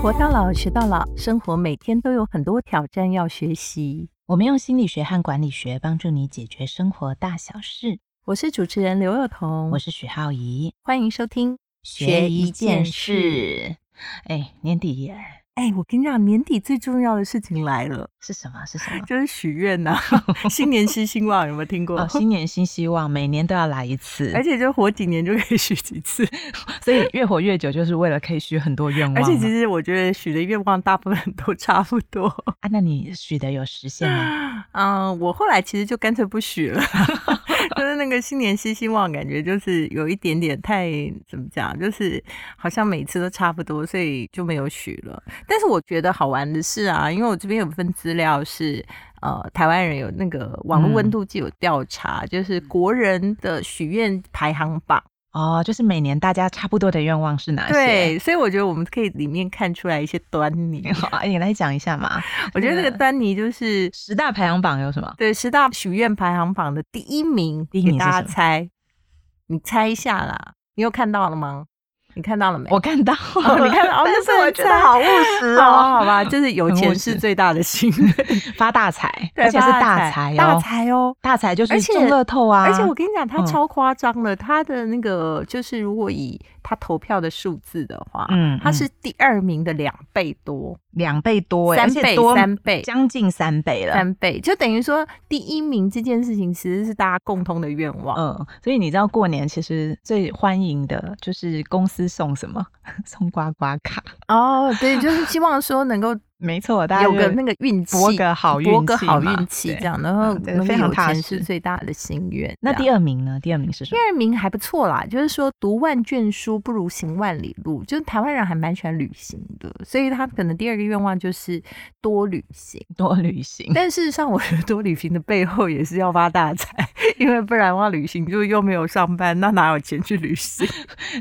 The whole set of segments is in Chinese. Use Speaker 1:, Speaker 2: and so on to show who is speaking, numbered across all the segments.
Speaker 1: 活到老，学到老，生活每天都有很多挑战要学习。
Speaker 2: 我们用心理学和管理学帮助你解决生活大小事。
Speaker 1: 我是主持人刘幼彤，
Speaker 2: 我是许浩怡，
Speaker 1: 欢迎收听。
Speaker 2: 学
Speaker 1: 一
Speaker 2: 一
Speaker 1: 件
Speaker 2: 件
Speaker 1: 事
Speaker 2: 事。哎，年底耶，
Speaker 1: 哎，我跟你讲，年底最重要的事情来了，？
Speaker 2: 是什么？是什么
Speaker 1: 就是许愿 呐、新年新希望，有没有听过？
Speaker 2: 哦，新年新希望，每年都要来一次，
Speaker 1: 而且就活几年就可以许几次，
Speaker 2: 所以越活越久，就是为了可以许很多愿望嘛。
Speaker 1: 而且其实我觉得许的愿望大部分都差不多。
Speaker 2: 啊，那你许的有实现吗？
Speaker 1: 嗯，我后来其实就干脆不许了， 就是那个新年新希望，感觉就是有一点点太怎么讲，就是好像每次都差不多，所以就没有许了。但是我觉得好玩的是啊，因为我这边有份资料是。呃，台湾人有那个网络
Speaker 2: 嗯
Speaker 1: 温度计有调查，就是国人的许愿排行榜。
Speaker 2: 哦，就是每年大家差不多的愿望啊是哪些？
Speaker 1: 啊对，所以我觉得我们可以里面看出来一些端倪。
Speaker 2: 好，哎，你来讲一下嘛。
Speaker 1: 我觉得这
Speaker 2: 那
Speaker 1: 个
Speaker 2: 个
Speaker 1: 端倪就是
Speaker 2: 十大排行榜有什么？
Speaker 1: 对，十大许愿排行榜的第一名，
Speaker 2: 第一名
Speaker 1: 给
Speaker 2: 是
Speaker 1: 大家
Speaker 2: 什么
Speaker 1: 猜，你猜一下啦。你有看到了吗？你看到了没？
Speaker 2: 我看到，
Speaker 1: 哦你看到哦
Speaker 2: 但
Speaker 1: 那
Speaker 2: 是
Speaker 1: 不能
Speaker 2: 我觉得
Speaker 1: 猜
Speaker 2: 好务实哦。
Speaker 1: 好吧， 就是有
Speaker 2: 很务
Speaker 1: 钱是
Speaker 2: 实
Speaker 1: 最大的心愿，
Speaker 2: 发大财，
Speaker 1: 对
Speaker 2: 而且是
Speaker 1: 发
Speaker 2: 大财哦，
Speaker 1: 大财哦。
Speaker 2: 大财就
Speaker 1: 而
Speaker 2: 是
Speaker 1: 且
Speaker 2: 中乐透啊！
Speaker 1: 而且我跟你讲，他
Speaker 2: 嗯
Speaker 1: 超夸张的，他的那个就是如果以他投票的数字的话，
Speaker 2: 嗯
Speaker 1: 他是第二名的两倍多，
Speaker 2: 两倍多欸，
Speaker 1: 三
Speaker 2: 而且
Speaker 1: 倍
Speaker 2: 多
Speaker 1: 三倍
Speaker 2: 将近三倍了。
Speaker 1: 三倍，就等于说第一名这件事情其实是大家共同的愿望。
Speaker 2: 嗯，所以你知道过年其实最欢迎的就是公司送什么， 送刮刮卡。
Speaker 1: 哦，对，就是希望说能够
Speaker 2: 没错，大家
Speaker 1: 有个
Speaker 2: 就
Speaker 1: 那个运气，
Speaker 2: 博个好运气
Speaker 1: 博
Speaker 2: 嘛，
Speaker 1: 个好运气
Speaker 2: 对
Speaker 1: 这。样，然后
Speaker 2: 嗯对
Speaker 1: 能够
Speaker 2: 非常
Speaker 1: 有
Speaker 2: 踏
Speaker 1: 钱
Speaker 2: 实
Speaker 1: 是最大的心愿。
Speaker 2: 那
Speaker 1: 这
Speaker 2: 第
Speaker 1: 样
Speaker 2: 二名呢？第二名是什
Speaker 1: 第
Speaker 2: 么？
Speaker 1: 二名还不错啦，就是说读万卷书不如行万里路，就是台湾人还蛮喜欢旅行的，所以他可能第二个愿望就是多旅行。
Speaker 2: 多旅行。
Speaker 1: 但事实上，我觉得多旅行的背后也是要发大财，因为不然的话，旅行就又没有上班，那哪有钱去旅行？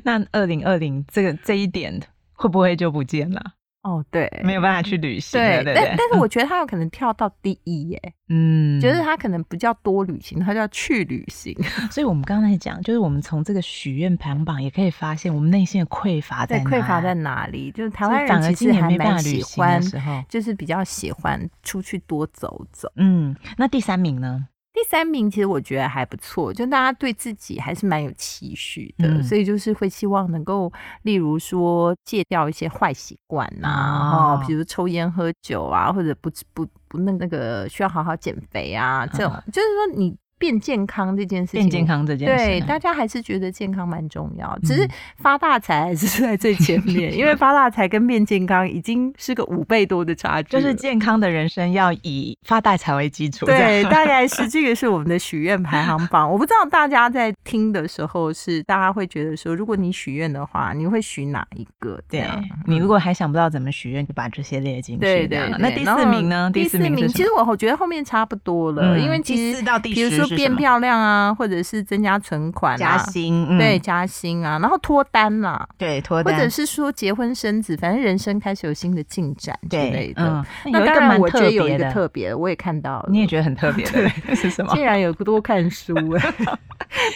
Speaker 2: 那二零二零这个这一点会不会就不见了？
Speaker 1: 哦，对，
Speaker 2: 没有办法去旅行
Speaker 1: 对，
Speaker 2: 了，对不
Speaker 1: 但
Speaker 2: 对？
Speaker 1: 但是我觉得他有可能跳到第一耶，
Speaker 2: 嗯，
Speaker 1: 觉得他可能不叫多旅行，他叫去旅行。
Speaker 2: 所以我们刚才讲，就是我们从这个许愿排行榜也可以发现，我们内心的匮乏 在
Speaker 1: 对，
Speaker 2: 哪
Speaker 1: 匮乏在哪里？就是台
Speaker 2: 所以
Speaker 1: 湾
Speaker 2: 反
Speaker 1: 人
Speaker 2: 而
Speaker 1: 其实
Speaker 2: 今年
Speaker 1: 还
Speaker 2: 没办
Speaker 1: 蛮
Speaker 2: 法旅
Speaker 1: 喜
Speaker 2: 行的
Speaker 1: 欢，
Speaker 2: 时候，
Speaker 1: 就是比较喜欢出去多走走。
Speaker 2: 嗯，那第三名呢？
Speaker 1: 第三名其实我觉得还不错，就大家对自己还是蛮有期许的，
Speaker 2: 嗯
Speaker 1: 所以就是会希望能够，例如说戒掉一些坏习惯呐、
Speaker 2: 啊
Speaker 1: 哦，比如抽烟喝酒啊，或者不吃不不那那个需要好好减肥啊，这种、就是说你变健康这件事情，
Speaker 2: 嗯变健康这件事，
Speaker 1: 对，大家还是觉得健康蛮重要，只是发大财还是在最前 面，因为发大财跟变健康已经是个五倍多的差距
Speaker 2: 就
Speaker 1: 了。
Speaker 2: 是健康的人生要以发大财为基础。这
Speaker 1: 对，
Speaker 2: 样
Speaker 1: 大概是这个是我们的许愿排行榜。我不知道大家在听的时候是大家会觉得说，如果你许愿的话，你会许哪一个？这
Speaker 2: 对
Speaker 1: 样。
Speaker 2: 你如果还想不到怎么许愿，就把这些列进去。
Speaker 1: 对
Speaker 2: 这
Speaker 1: 对
Speaker 2: 样
Speaker 1: 对
Speaker 2: 那第
Speaker 1: 然
Speaker 2: 四
Speaker 1: 后
Speaker 2: 名呢？
Speaker 1: 第
Speaker 2: 四
Speaker 1: 名
Speaker 2: 名是
Speaker 1: 其
Speaker 2: 什
Speaker 1: 实
Speaker 2: 么？
Speaker 1: 我觉得后面差不多了，
Speaker 2: 嗯
Speaker 1: 因为
Speaker 2: 第
Speaker 1: 其实
Speaker 2: 四到第
Speaker 1: 比如
Speaker 2: 十
Speaker 1: 说
Speaker 2: 是什
Speaker 1: 变
Speaker 2: 么
Speaker 1: 漂亮啊，或者是增加存款、啊、
Speaker 2: 加、薪，嗯
Speaker 1: 对加薪啊，然后脱单啦、
Speaker 2: 对，脱
Speaker 1: 或
Speaker 2: 单
Speaker 1: 者是说结婚生子，反正人生开始有新的进展之类
Speaker 2: 对，
Speaker 1: 的。
Speaker 2: 嗯，
Speaker 1: 那
Speaker 2: 有一
Speaker 1: 当
Speaker 2: 个
Speaker 1: 然，
Speaker 2: 蛮
Speaker 1: 我觉得
Speaker 2: 特
Speaker 1: 有一
Speaker 2: 别
Speaker 1: 个
Speaker 2: 的，
Speaker 1: 特别的，我也看到了。
Speaker 2: 你也觉得很特别的 是什么？
Speaker 1: 竟然有多看 书、哎，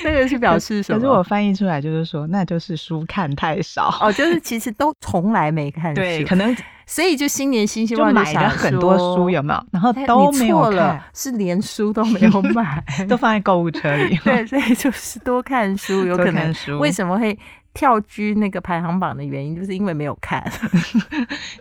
Speaker 1: 那个是表示什
Speaker 2: 可
Speaker 1: 么？
Speaker 2: 是我翻译出来就是说，那就是书看 太少。
Speaker 1: 哦，就是其实都从来没看书，
Speaker 2: 对，可能
Speaker 1: 所以就新年新希
Speaker 2: 就
Speaker 1: 望
Speaker 2: 买
Speaker 1: 想
Speaker 2: 了很多
Speaker 1: 说
Speaker 2: 书，有没有？然后
Speaker 1: 但
Speaker 2: 都
Speaker 1: 你
Speaker 2: 没有
Speaker 1: 错
Speaker 2: 看
Speaker 1: 了，，是连书 都没有买。
Speaker 2: 都放在购物车 里。
Speaker 1: 对，所以就是多看书，有
Speaker 2: 多
Speaker 1: 可
Speaker 2: 看
Speaker 1: 能
Speaker 2: 书
Speaker 1: 为什么会跳居那个排行榜的原因，就是因为没有看。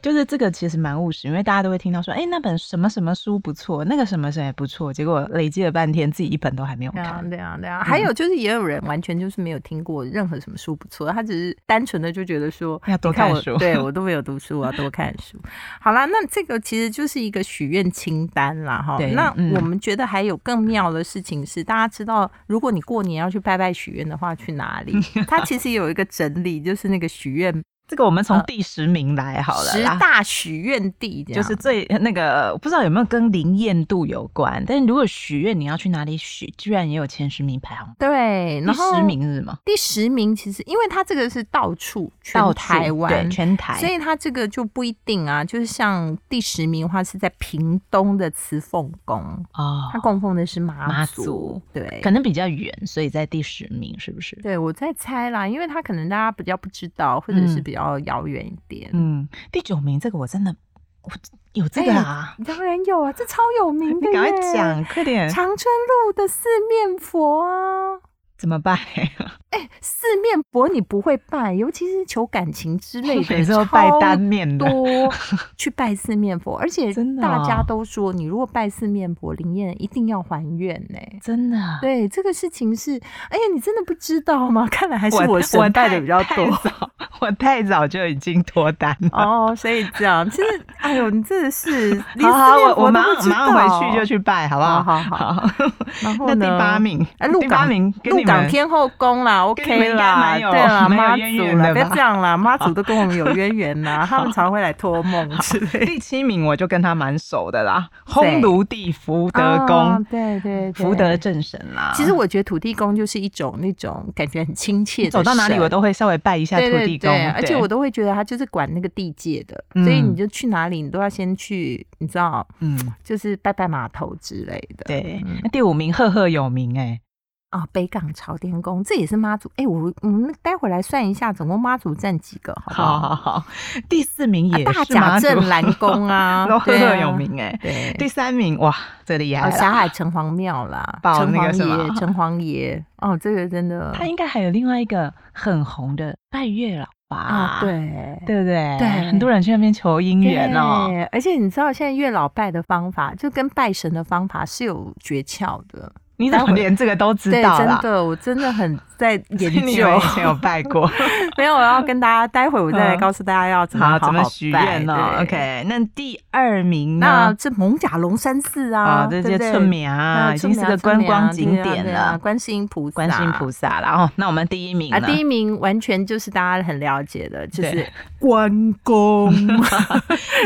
Speaker 2: 就是这个其实蛮务实，因为大家都会听到说，哎、那本什么什么书不错，那个什么什么不错，结果累积了半天，自己一本都还没有
Speaker 1: 对啊
Speaker 2: 看。，
Speaker 1: 对啊，对啊。还有就是，也有人完全就是没有听过任何什么书不错，他只是单纯的就觉得说
Speaker 2: 要 多
Speaker 1: 你看
Speaker 2: 看
Speaker 1: 我
Speaker 2: 书
Speaker 1: 对我都没有读书，我要多看书。 好啦，那这个其实就是一个许愿清单啦，哈
Speaker 2: 对。
Speaker 1: 那
Speaker 2: 嗯
Speaker 1: 我们觉得还有更妙的事情是，大家知道，如果你过年要去拜拜许愿的话，去哪里？它其实有一个整理，就是那个许愿
Speaker 2: 这个我们从
Speaker 1: 呃
Speaker 2: 第十名来好了
Speaker 1: 十
Speaker 2: 啦。
Speaker 1: 大许愿地，这
Speaker 2: 就
Speaker 1: 样
Speaker 2: 是最那个不知道有没有跟灵验度有关，但是如果许愿你要去哪里许，居然也有前十名排行
Speaker 1: 对，
Speaker 2: 榜，
Speaker 1: 然
Speaker 2: 第
Speaker 1: 后
Speaker 2: 十名是什么？
Speaker 1: 第十名其实，因为它这个是到处全
Speaker 2: 到处
Speaker 1: 台湾
Speaker 2: 对，全台，
Speaker 1: 所以它这个就不一定啊，就是像第十名的话是在屏东的慈凤宫，
Speaker 2: 哦
Speaker 1: 它，供奉的是妈
Speaker 2: 妈
Speaker 1: 祖，
Speaker 2: 祖
Speaker 1: 对
Speaker 2: 可。能比较远，所以在第十名是不是？
Speaker 1: 对，我在猜啦，因为它可能大家比较不知道，或者是
Speaker 2: 嗯
Speaker 1: 比较、较遥远一点。
Speaker 2: 嗯，第九名这个我真的我有这个 啊，
Speaker 1: 当然有啊，这超有名
Speaker 2: 你
Speaker 1: 哎的，
Speaker 2: 赶快讲，，快点，
Speaker 1: 长春路的四面佛啊。
Speaker 2: 怎么办？
Speaker 1: 四面佛你不会拜，尤其是求感情之类 的，
Speaker 2: 每次都拜
Speaker 1: 超
Speaker 2: 单面的，
Speaker 1: 多去拜四面 佛，而且
Speaker 2: 真的
Speaker 1: 大家
Speaker 2: 哦
Speaker 1: 都说，你如果拜四面佛，灵验一定要还愿 呢、
Speaker 2: 真的啊。
Speaker 1: 对这个事情是，哎呀，你真的不知道吗？ 看来还是我
Speaker 2: 我
Speaker 1: 神拜的比较
Speaker 2: 太
Speaker 1: 多。
Speaker 2: 太早 我太早就已经脱单了。
Speaker 1: 哦，所以这样，其实，哎呦，你真的是，连
Speaker 2: 好好，
Speaker 1: 四面
Speaker 2: 我
Speaker 1: 佛
Speaker 2: 我
Speaker 1: 都
Speaker 2: 马
Speaker 1: 不
Speaker 2: 上
Speaker 1: 知
Speaker 2: 马
Speaker 1: 道。
Speaker 2: 上回去就。去拜，好不好？
Speaker 1: 好好好
Speaker 2: 好。
Speaker 1: 然后
Speaker 2: 那第
Speaker 1: 呢
Speaker 2: 八，名，
Speaker 1: 哎，鹿
Speaker 2: 第八
Speaker 1: 港
Speaker 2: 名跟
Speaker 1: 鹿
Speaker 2: 你
Speaker 1: 港
Speaker 2: 们
Speaker 1: 天后宫啦
Speaker 2: 跟你们
Speaker 1: ，OK
Speaker 2: 应该
Speaker 1: 啦，
Speaker 2: 蛮有
Speaker 1: 对啦，
Speaker 2: 蛮有
Speaker 1: 妈
Speaker 2: 渊
Speaker 1: 祖
Speaker 2: 源
Speaker 1: 啦，
Speaker 2: 的
Speaker 1: 不要
Speaker 2: 吧
Speaker 1: 这样 啦，妈祖都跟我们有渊源呐，他们常会来托梦之类的。
Speaker 2: 第七名我就跟他蛮熟的啦，烘炉地福德
Speaker 1: 啊
Speaker 2: 宫，
Speaker 1: 对对对，
Speaker 2: 福德正神啦。
Speaker 1: 其实我觉得土地公就是一种那种感觉很亲切的神，
Speaker 2: 走到哪里我都会稍微拜一下
Speaker 1: 对
Speaker 2: 土
Speaker 1: 对
Speaker 2: 地公
Speaker 1: 对，，而且
Speaker 2: 对
Speaker 1: 我都会觉得他就是管那个地界的，所以
Speaker 2: 嗯
Speaker 1: 你就去哪里你都要先去，你知道，
Speaker 2: 嗯
Speaker 1: 就是拜拜码头之类的。
Speaker 2: 对
Speaker 1: 嗯。
Speaker 2: 那第五名赫赫有名哎，
Speaker 1: 啊、北港朝天宫这也是妈祖，哎，我我们待会儿来算一下，总共妈祖占几个，好不
Speaker 2: 好
Speaker 1: 好？
Speaker 2: 好好。哦第四名也
Speaker 1: 啊
Speaker 2: 是
Speaker 1: 大甲
Speaker 2: 妈祖
Speaker 1: 镇澜宫啊，
Speaker 2: 都赫
Speaker 1: 对
Speaker 2: 赫
Speaker 1: 啊
Speaker 2: 有，名哎。
Speaker 1: 对。
Speaker 2: 第三名哇，这厉害
Speaker 1: 哦，
Speaker 2: 了
Speaker 1: 霞海城隍庙啦，
Speaker 2: 报
Speaker 1: 城
Speaker 2: 那个
Speaker 1: 隍
Speaker 2: 是吗
Speaker 1: 爷，城隍爷，哦，这个真的
Speaker 2: 他应该还有另外一个很红的拜月老吧？
Speaker 1: 啊，对，
Speaker 2: 对不对？
Speaker 1: 对
Speaker 2: 很多人去那边求姻缘哦。
Speaker 1: 对，而且你知道现在月老拜的方法，就跟拜神的方法是有诀窍的。
Speaker 2: 你怎
Speaker 1: 待
Speaker 2: 么
Speaker 1: 会
Speaker 2: 连这个都知
Speaker 1: 对，
Speaker 2: 道
Speaker 1: 真
Speaker 2: 啦？
Speaker 1: 的，我真的 很在研
Speaker 2: 你
Speaker 1: 究
Speaker 2: 们以。前有拜 过？
Speaker 1: 没有，我要跟大家，待会我再来
Speaker 2: 嗯
Speaker 1: 告诉大家要怎么好
Speaker 2: 怎么许愿
Speaker 1: 呢
Speaker 2: 呢？OK，那第二名
Speaker 1: 那
Speaker 2: 呢？
Speaker 1: 这蒙甲龙山寺啊，
Speaker 2: 啊，这
Speaker 1: 对不
Speaker 2: 些
Speaker 1: 对
Speaker 2: 村民啊，
Speaker 1: 啊
Speaker 2: 已经是
Speaker 1: 村民
Speaker 2: 个
Speaker 1: 啊
Speaker 2: 观光
Speaker 1: 村民
Speaker 2: 景
Speaker 1: 啊
Speaker 2: 点
Speaker 1: 对啊对啊
Speaker 2: 了。
Speaker 1: 观世音菩萨，
Speaker 2: 观世音菩萨啦，哦，那我们第一名
Speaker 1: 啊，
Speaker 2: 呢？
Speaker 1: 第一名完全就是大家很了解的，就是
Speaker 2: 对
Speaker 1: 关 公。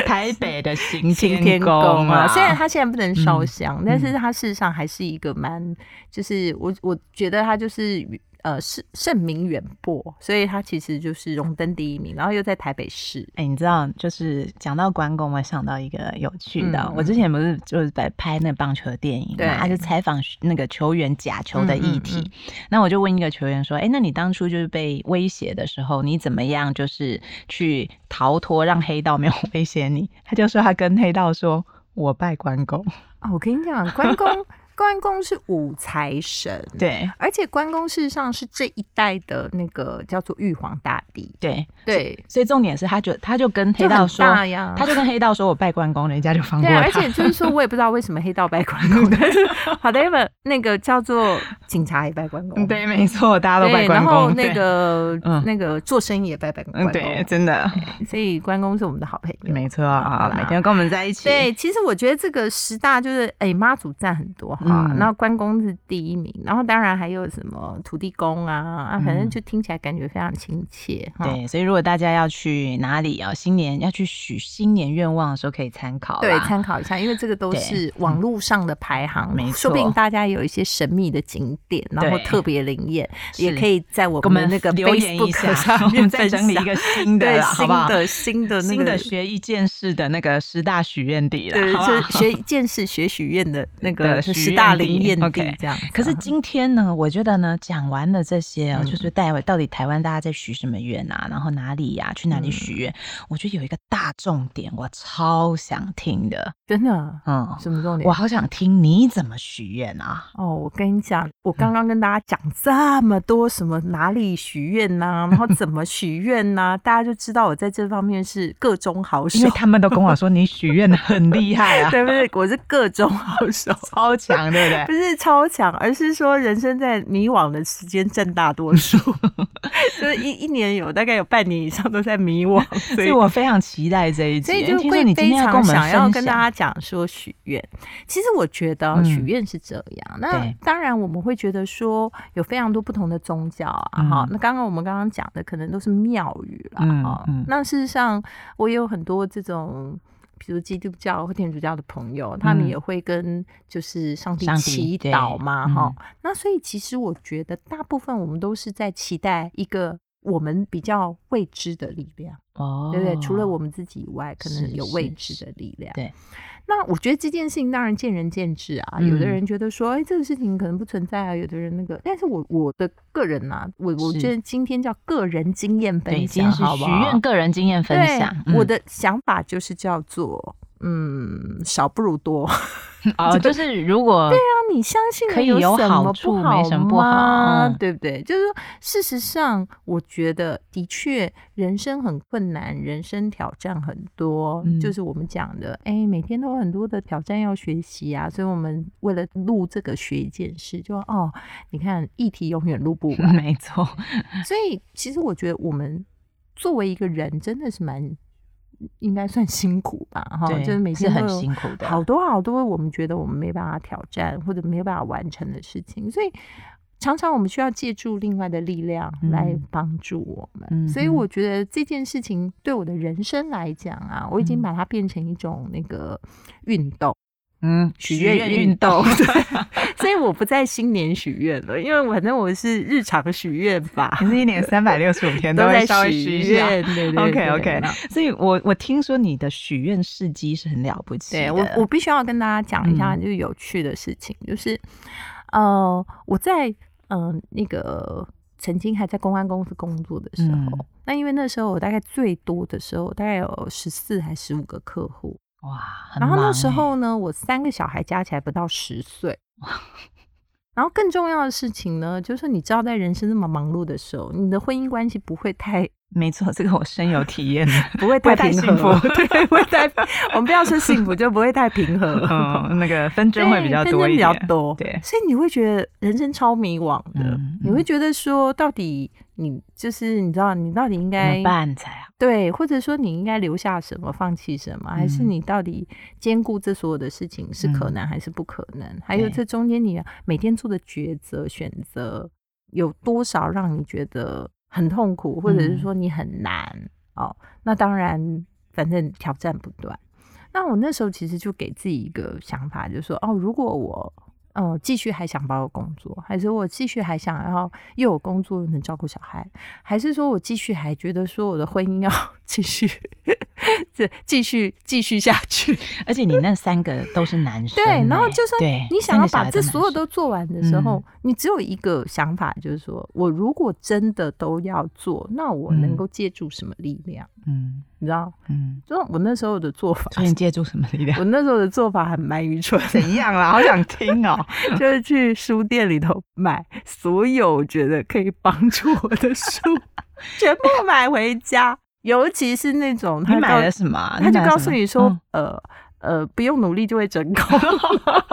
Speaker 2: 台北的行
Speaker 1: 行天宫
Speaker 2: 宫
Speaker 1: 啊，
Speaker 2: 啊，
Speaker 1: 虽然它现在不能烧香，但是
Speaker 2: 嗯
Speaker 1: 它事实上还是一个蛮，就是我我觉得它就是呃盛盛名远播，所以它其实就是荣登第一名，然后又在台北市。
Speaker 2: 哎、你知道，就是讲到关公，我想到一个有趣的。
Speaker 1: 嗯
Speaker 2: 我之前不是就是在拍那个棒球的电影
Speaker 1: 对
Speaker 2: 嘛，他就采访那个球员假球的议题。
Speaker 1: 嗯嗯
Speaker 2: 那我就问一个球员说：“哎、那你当初就是被威胁的时候，你怎么样就是去逃脱，让黑道没有威胁你？”他就说他跟黑道说：“我拜 关公。
Speaker 1: 啊，我跟你讲，关公关公是武财神，”，
Speaker 2: 对
Speaker 1: 而且关公事实上是这一代的那个叫做玉皇大帝，
Speaker 2: 对，
Speaker 1: 对，
Speaker 2: 所以重点是他就他就跟黑
Speaker 1: 就
Speaker 2: 道
Speaker 1: 很
Speaker 2: 说，
Speaker 1: 大啊呀。
Speaker 2: 他就跟黑道说我拜关公，人家就放过
Speaker 1: 对啊，而
Speaker 2: 他。
Speaker 1: 且就是说，我也不知道为什么黑道拜关公，但是 whatever，那个叫做警察也拜关公，
Speaker 2: 嗯对，没错，大家都拜
Speaker 1: 对，
Speaker 2: 关
Speaker 1: 然
Speaker 2: 公。
Speaker 1: 后
Speaker 2: 对
Speaker 1: 那个
Speaker 2: 嗯
Speaker 1: 那个做生意也拜拜关
Speaker 2: 嗯，
Speaker 1: 公，哦
Speaker 2: 对，真的。
Speaker 1: 所以关公是我们的好朋友，
Speaker 2: 没错
Speaker 1: 好
Speaker 2: 啊，
Speaker 1: 啦
Speaker 2: 每天跟我们在一起。
Speaker 1: 对，其实我觉得这个十大就是，哎、妈祖占很多哈，
Speaker 2: 嗯
Speaker 1: 然后关公是第一名，然后当然还有什么土地公啊，啊，反正就听起来感觉非常亲切哈。
Speaker 2: 嗯对，所以如果大家要去哪里啊，新年要去许新年愿望的时候，可以参考啦。
Speaker 1: 对，参考一下，因为这个都
Speaker 2: 对嗯
Speaker 1: 是网络上的排行，
Speaker 2: 没
Speaker 1: 说不定
Speaker 2: 错
Speaker 1: 大家有一些神秘的景点，然后
Speaker 2: 对
Speaker 1: 特别灵验，也
Speaker 2: 是
Speaker 1: 可以在我
Speaker 2: 给我
Speaker 1: 们的
Speaker 2: 们
Speaker 1: 那个
Speaker 2: 留言一
Speaker 1: Facebook
Speaker 2: 下，
Speaker 1: 上
Speaker 2: 我
Speaker 1: 面
Speaker 2: 们再整理一
Speaker 1: 分
Speaker 2: 个新
Speaker 1: 享
Speaker 2: 的
Speaker 1: 对
Speaker 2: 啦，好
Speaker 1: 新
Speaker 2: 不好？
Speaker 1: 的新的那
Speaker 2: 新的
Speaker 1: 个
Speaker 2: 学艺见识的那个十大许愿地
Speaker 1: 对，
Speaker 2: 了，好不
Speaker 1: 就
Speaker 2: 好
Speaker 1: 是学见识、学许愿 的那个
Speaker 2: 的许
Speaker 1: 十
Speaker 2: 愿
Speaker 1: 大
Speaker 2: 地
Speaker 1: 灵验地
Speaker 2: OK
Speaker 1: 这样子啊。
Speaker 2: 可是今天呢，我觉得呢，讲完了这些啊，
Speaker 1: 嗯
Speaker 2: 就是待会到底台湾大家在许什么愿啊，然后哪里呀、去哪
Speaker 1: 嗯
Speaker 2: 里许愿，我觉得有一个大重点，我超想听的，
Speaker 1: 真的
Speaker 2: 嗯，
Speaker 1: 什么重点
Speaker 2: 我？好想听你怎么许愿啊！
Speaker 1: 哦，我跟你讲，我
Speaker 2: 嗯
Speaker 1: 刚刚跟大家讲这么多什么哪里许愿呐，然后怎么许愿呐，大家就知道我在这方面是各中好
Speaker 2: 因
Speaker 1: 手
Speaker 2: 为，他们都跟我说你许愿的很厉害 啊，
Speaker 1: 对不对？我是各中好手，
Speaker 2: 超强，对不
Speaker 1: 不
Speaker 2: 对？
Speaker 1: 是超强，而是说人生在迷惘的时间占大多 数，就是一一年有大概有半年以上都在迷 惘，所
Speaker 2: 所
Speaker 1: 以
Speaker 2: 以我非常期待这一集。
Speaker 1: 所以就
Speaker 2: 听说
Speaker 1: 会
Speaker 2: 你今
Speaker 1: 非
Speaker 2: 天要
Speaker 1: 常
Speaker 2: 跟我们
Speaker 1: 想要跟
Speaker 2: 分享
Speaker 1: 大家讲说许愿。其实我觉得
Speaker 2: 嗯
Speaker 1: 许愿是这样，那
Speaker 2: 对
Speaker 1: 当然我们会觉得说有非常多不同的宗教啊，
Speaker 2: 嗯
Speaker 1: 哈、那刚刚我们刚刚讲的可能都是庙宇啦，
Speaker 2: 嗯
Speaker 1: 哈、
Speaker 2: 嗯
Speaker 1: 那事实上我也有很多这种。比如基督教或天主教的朋友，他们
Speaker 2: 嗯
Speaker 1: 也会跟就是上帝
Speaker 2: 上帝
Speaker 1: 祈
Speaker 2: 对
Speaker 1: 祷嘛，哈、
Speaker 2: 嗯
Speaker 1: 那所以其实我觉得大部分我们都是在期待一个我们比较未知的力量，
Speaker 2: 哦，
Speaker 1: 对不对？除了我们自己以外，可
Speaker 2: 是
Speaker 1: 能有未
Speaker 2: 是
Speaker 1: 知的力量。
Speaker 2: 对，
Speaker 1: 那我觉得这件事情当然见仁见智啊，
Speaker 2: 嗯
Speaker 1: 有的人觉得说，哎、这个事情可能不存在啊，有的人那个，但是我我的个人啊，我我
Speaker 2: 是
Speaker 1: 觉得今天叫个人经验分
Speaker 2: 对，今
Speaker 1: 享，
Speaker 2: 天是
Speaker 1: 好不
Speaker 2: 许
Speaker 1: 好
Speaker 2: 愿个人经验分
Speaker 1: 对
Speaker 2: 享，
Speaker 1: 我
Speaker 2: 嗯
Speaker 1: 的想法就是叫做，嗯，少不如多。
Speaker 2: 哦，就是如果
Speaker 1: 你相信了
Speaker 2: 可以
Speaker 1: 有
Speaker 2: 有
Speaker 1: 什
Speaker 2: 好
Speaker 1: 么
Speaker 2: 处
Speaker 1: 不
Speaker 2: 没
Speaker 1: 好
Speaker 2: 什么不好
Speaker 1: 吗
Speaker 2: 嗯
Speaker 1: 对不对？就是说事实上，我觉得的确人生很困难，人生挑战很多，
Speaker 2: 嗯
Speaker 1: 就是我们讲的，哎，每天都有很多的挑战要学习啊，所以我们为了录这个学一件事，就哦，你看议题永远录不 完，
Speaker 2: 没错，
Speaker 1: 哦所以其实我觉得我们作为一个人，真的是蛮。应该算辛苦吧，哈，
Speaker 2: 对，
Speaker 1: 就是每
Speaker 2: 是
Speaker 1: 天都
Speaker 2: 很
Speaker 1: 有
Speaker 2: 辛苦的，
Speaker 1: 好多好多我们觉得我们没办法挑战或者没有办法完成的事情，所以常常我们需要借助另外的力量
Speaker 2: 嗯
Speaker 1: 来帮助我们。
Speaker 2: 嗯哼
Speaker 1: 所以我觉得这件事情对我的人生来讲啊，我已经
Speaker 2: 嗯
Speaker 1: 把它变成一种那个运动。
Speaker 2: 嗯，
Speaker 1: 许
Speaker 2: 许
Speaker 1: 愿
Speaker 2: 愿
Speaker 1: 运
Speaker 2: 运动，
Speaker 1: 对，所以我不在新年许愿了，因为反正我是日常许愿吧，
Speaker 2: 你是一年三百六十五天都
Speaker 1: 在
Speaker 2: 会稍微许
Speaker 1: 许
Speaker 2: 一下。
Speaker 1: 愿。对对对嗯
Speaker 2: OK OK，
Speaker 1: 那
Speaker 2: 所以我我听说你的许愿事迹是很了不起
Speaker 1: 对
Speaker 2: 的，
Speaker 1: 我，我必须要跟大家讲一下，
Speaker 2: 嗯
Speaker 1: 就是有趣的事情，就是，呃，我在嗯、呃那个曾经还在公安公司工作的时候，
Speaker 2: 嗯
Speaker 1: 那因为那时候我大概最多的时候，大概有十四还十五个客户，
Speaker 2: 哇，很
Speaker 1: 然后那
Speaker 2: 忙
Speaker 1: 时
Speaker 2: 欸
Speaker 1: 候呢，我三个小孩加起来不到十 岁。然后更重要的事情呢，就是你知道，在人生那么忙碌的时候，你的婚姻关系不会太
Speaker 2: 没错，这个我深有体验。
Speaker 1: 不会
Speaker 2: 不会
Speaker 1: 太
Speaker 2: 太
Speaker 1: 平
Speaker 2: 幸
Speaker 1: 和，
Speaker 2: 福
Speaker 1: 对，不会太，我们不要说幸福，就不会太平和。
Speaker 2: 嗯，那个纷争会比较
Speaker 1: 对
Speaker 2: 多
Speaker 1: 纷争
Speaker 2: 一
Speaker 1: 比较
Speaker 2: 点，
Speaker 1: 多，
Speaker 2: 对
Speaker 1: 所以你会觉得人生超迷惘的，
Speaker 2: 嗯
Speaker 1: 你会觉得说，到底你就是你知道，你到底应
Speaker 2: 怎
Speaker 1: 该
Speaker 2: 么办才好？
Speaker 1: 对，或者说你应该留下什么，放弃什么，还是
Speaker 2: 嗯
Speaker 1: 你到底兼顾这所有的事情是可能还是不可能？还有
Speaker 2: 对
Speaker 1: 这中间你每天做的抉择、选择有多少让你觉得很痛苦，或者是
Speaker 2: 嗯
Speaker 1: 说你很难、哦？那当然，反正挑战不断。那我那时候其实就给自己一个想法，就是说，哦，如果我呃继续还想保有工作，还是我继续还想要又有工作又能照顾小孩，还是说我继续还觉得说我的婚姻要 继续这继续继续下去？
Speaker 2: 而且你那三个都是男生欸，
Speaker 1: 嗯对，然后就说
Speaker 2: 对，
Speaker 1: 你想
Speaker 2: 三
Speaker 1: 要
Speaker 2: 个小
Speaker 1: 把
Speaker 2: 孩
Speaker 1: 这
Speaker 2: 男
Speaker 1: 所有
Speaker 2: 生
Speaker 1: 都做完的时
Speaker 2: 嗯
Speaker 1: 候，你只有一个想法，就是说我如果真的都要做，那我能
Speaker 2: 嗯
Speaker 1: 够借助什么力量？
Speaker 2: 嗯
Speaker 1: 你知道，
Speaker 2: 嗯，
Speaker 1: 就我那时候的做法，
Speaker 2: 所以你借助什么力量？
Speaker 1: 我那时候的做法很蛮愚蠢的。
Speaker 2: 怎样啦？好想听哦。
Speaker 1: 就是去书店里头买所有我觉得可以帮助 我的书，全部买回家。尤其是那种
Speaker 2: 你
Speaker 1: 他
Speaker 2: 买
Speaker 1: 告
Speaker 2: 了什么啊？
Speaker 1: 他就
Speaker 2: 买了
Speaker 1: 告
Speaker 2: 什
Speaker 1: 诉
Speaker 2: 么
Speaker 1: 你说
Speaker 2: 嗯，
Speaker 1: 呃呃，不用努力就会成 功，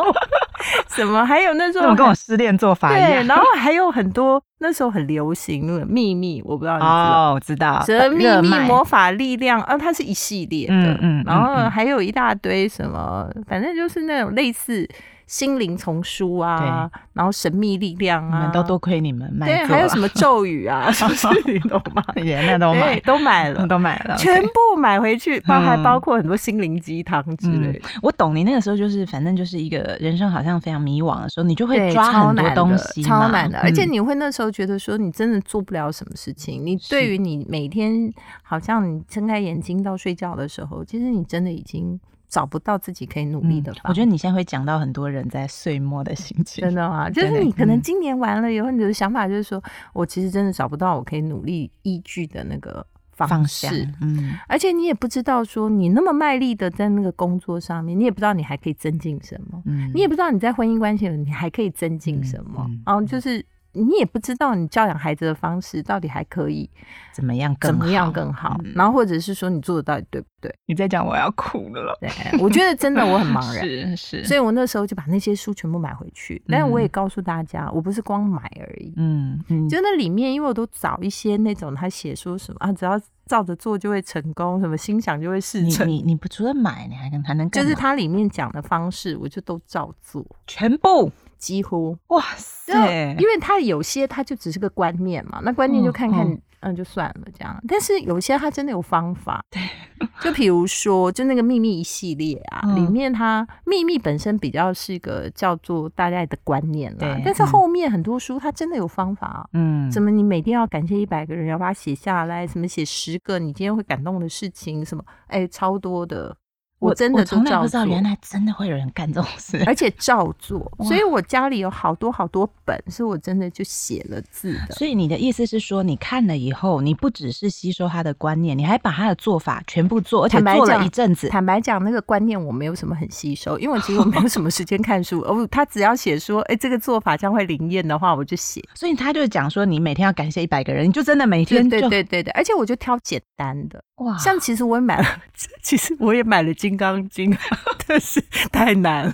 Speaker 1: 什么？还有那时
Speaker 2: 怎
Speaker 1: 候
Speaker 2: 么跟我
Speaker 1: 很
Speaker 2: 失恋做法一
Speaker 1: 对，
Speaker 2: 样？
Speaker 1: 然后还有很多那时候很流行那个秘密，我不知 道你知道
Speaker 2: 哦，我知道，
Speaker 1: 什么秘
Speaker 2: 热
Speaker 1: 密
Speaker 2: 卖
Speaker 1: 魔法力量啊，它是一系列的，
Speaker 2: 嗯嗯嗯
Speaker 1: 然后
Speaker 2: 嗯
Speaker 1: 还有一大堆什么，反正就是那种类似心灵丛书啊，然后神秘力量
Speaker 2: 你
Speaker 1: 啊，
Speaker 2: 们都多啊亏你们卖座
Speaker 1: 对，
Speaker 2: 了，
Speaker 1: 还有什么咒语 啊，是不是你懂吗？
Speaker 2: 也那 都
Speaker 1: 对
Speaker 2: 买，
Speaker 1: 都买了，
Speaker 2: 都买了，
Speaker 1: 全部买回去，包还
Speaker 2: 嗯
Speaker 1: 包括很多心灵鸡汤之类的。
Speaker 2: 我懂你那个时候就是，反正就是一个人生好像非常迷惘的时候，你就会
Speaker 1: 对
Speaker 2: 抓
Speaker 1: 超
Speaker 2: 很多
Speaker 1: 难
Speaker 2: 东
Speaker 1: 的
Speaker 2: 西
Speaker 1: 超
Speaker 2: 嘛
Speaker 1: 难的，而且
Speaker 2: 嗯
Speaker 1: 你会那时候觉得说，你真的做不了什么事情。你对
Speaker 2: 是
Speaker 1: 于你每天好像你睁开眼睛到睡觉的时候，其实你真的已经找不到自己可以努力的
Speaker 2: 嗯
Speaker 1: 方法。
Speaker 2: 我觉得你现在会讲到很多人在岁末的心情，
Speaker 1: 真的啊，就是
Speaker 2: 对
Speaker 1: 你可能
Speaker 2: 嗯
Speaker 1: 今年完了以后，你的想法就是说，我其实真的找不到我可以努力依据的那个
Speaker 2: 放
Speaker 1: 方
Speaker 2: 下
Speaker 1: 式。，
Speaker 2: 嗯，
Speaker 1: 而且你也不知道说你那么卖力的在那个工作上面，你也不知道你还可以增进什么。
Speaker 2: 嗯
Speaker 1: 你也不知道你在婚姻关系里你还可以增进什么，
Speaker 2: 嗯嗯
Speaker 1: 然后就是你也不知道你教养孩子的方式到底还可以
Speaker 2: 怎么样更
Speaker 1: 怎
Speaker 2: 好
Speaker 1: 么样更好，
Speaker 2: 嗯
Speaker 1: 然后或者是说你做的到底对不 对？
Speaker 2: 你在讲我要哭了，
Speaker 1: 对，我觉得真的我很茫然。
Speaker 2: 是是，
Speaker 1: 所以我那时候就把那些书全部买回去，但我也告诉大家，我不是光买而已，
Speaker 2: 嗯嗯，
Speaker 1: 就那里面，因为我都找一些那种他写说什么啊，只要照着做就会成功，什么心想就会事
Speaker 2: 你
Speaker 1: 成，
Speaker 2: 你你不除了买，你还能还能
Speaker 1: 就
Speaker 2: 干
Speaker 1: 是
Speaker 2: 嘛
Speaker 1: 它里面讲的方式，我就都照做，
Speaker 2: 全部，
Speaker 1: 几乎
Speaker 2: 哇
Speaker 1: 就
Speaker 2: 塞，
Speaker 1: 因为他有些他就只是个观念嘛，那观念就看看
Speaker 2: 嗯
Speaker 1: 嗯，就算了这样。但是有些他真的有方法，对， 就比如说，就那个秘密一系列啊，
Speaker 2: 嗯
Speaker 1: 里面它秘密本身比较是一个叫做大家的观念啦
Speaker 2: 对，
Speaker 1: 但是
Speaker 2: 嗯
Speaker 1: 后面很多书它真的有方法啊、
Speaker 2: 嗯，
Speaker 1: 什么？你每天要感谢一百个人，要把它写下来。什么写十个你今天会感动的事情？什么？哎、超多的，我真的
Speaker 2: 我
Speaker 1: 都
Speaker 2: 从来
Speaker 1: 照
Speaker 2: 不知道，
Speaker 1: 做。
Speaker 2: 原来真的会有人干这种事。
Speaker 1: 而且照做，
Speaker 2: 哇
Speaker 1: 所以我家里有好多好多本，是我真的就写了字的。
Speaker 2: 所以你的意思是说，你看了以后，你不只是吸收他的观念，你还把他的做法全部做，而且
Speaker 1: 坦白
Speaker 2: 做了
Speaker 1: 讲
Speaker 2: 一阵子。
Speaker 1: 坦白讲，那个观念我没有什么很吸收，因为我其实我没有什么时间看书。 哦，他只要写说，哎、这个做法将会灵验的话，我就写。
Speaker 2: 所以他就讲说，你每天要感谢一百个人，你就真的每天就啊
Speaker 1: 对对对对，而且我就挑简单的，
Speaker 2: 哇，
Speaker 1: 像其实我也买了， 其实我也买了《金刚经》， 但是太难了，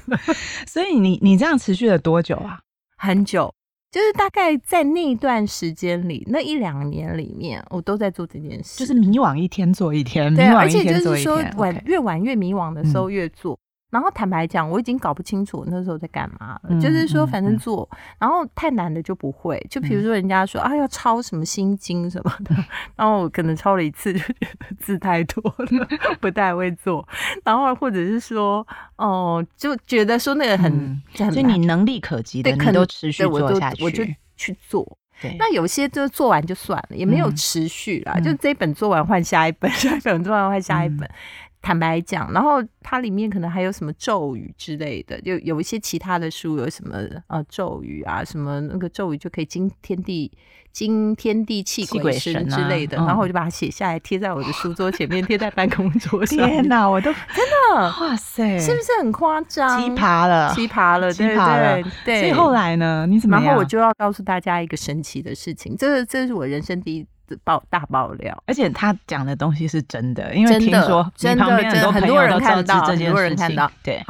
Speaker 2: 所以你你这样持续了多久啊？
Speaker 1: 很久。就是大概在那一段时间里，那一两年里面，我都在做这件事，
Speaker 2: 就是迷惘一天做一天，迷
Speaker 1: 对，啊
Speaker 2: 惘
Speaker 1: 而
Speaker 2: 一
Speaker 1: 且
Speaker 2: 天
Speaker 1: 就
Speaker 2: 做
Speaker 1: 是
Speaker 2: 一
Speaker 1: 说
Speaker 2: 天。
Speaker 1: 晚
Speaker 2: OK 嗯
Speaker 1: 越晚越迷惘的时候越做。然后坦白讲，我已经搞不清楚我那时候在干嘛了，
Speaker 2: 嗯
Speaker 1: 就是说
Speaker 2: 嗯
Speaker 1: 反正
Speaker 2: 嗯
Speaker 1: 做，然后太难的就不会。就比如说人家说、啊要抄什么心经什么 的，然后我可能抄了一次就觉得字太多 了，不太会做。然后或者是说哦、就觉得说那个很、
Speaker 2: 嗯
Speaker 1: 很
Speaker 2: 所以
Speaker 1: 难
Speaker 2: 你能力可及的，
Speaker 1: 对
Speaker 2: 你
Speaker 1: 肯
Speaker 2: 都持续
Speaker 1: 对我
Speaker 2: 做
Speaker 1: 就
Speaker 2: 下去。
Speaker 1: 我就去做。
Speaker 2: 对，
Speaker 1: 那有些就是做完就算了，也没有
Speaker 2: 嗯
Speaker 1: 持续啦，
Speaker 2: 嗯
Speaker 1: 就这一本做完换下一本， 下一本做完换下一本。
Speaker 2: 嗯
Speaker 1: 坦白讲，然后它里面可能还有什么咒语之类的，就有一些其他的书有什么呃咒语啊，什么那个咒语就可以惊天地、惊天地泣
Speaker 2: 泣鬼
Speaker 1: 鬼神
Speaker 2: 神
Speaker 1: 之
Speaker 2: 啊
Speaker 1: 类的，
Speaker 2: 嗯
Speaker 1: 然后我就把它写下来，贴在我的书桌前面，贴在办公桌上。
Speaker 2: 天哪，我都
Speaker 1: 真的
Speaker 2: 哇塞，
Speaker 1: 是不啊是很夸张？
Speaker 2: 奇，葩了？
Speaker 1: 奇葩了，
Speaker 2: 奇
Speaker 1: 对
Speaker 2: 葩了
Speaker 1: 对对。
Speaker 2: 所以后来呢？你怎么
Speaker 1: 然
Speaker 2: 样？
Speaker 1: 后我就要告诉大家一个神奇的事情，这这是我人生第一次爆大爆料。
Speaker 2: 而且他讲的东西是真的，因为
Speaker 1: 真的
Speaker 2: 听说你
Speaker 1: 真的
Speaker 2: 旁边
Speaker 1: 真的
Speaker 2: 很
Speaker 1: 很
Speaker 2: 多
Speaker 1: 多
Speaker 2: 朋友
Speaker 1: 人
Speaker 2: 都知
Speaker 1: 看
Speaker 2: 道
Speaker 1: 到
Speaker 2: 这件
Speaker 1: 很多
Speaker 2: 事
Speaker 1: 人
Speaker 2: 情
Speaker 1: 看到，
Speaker 2: 对，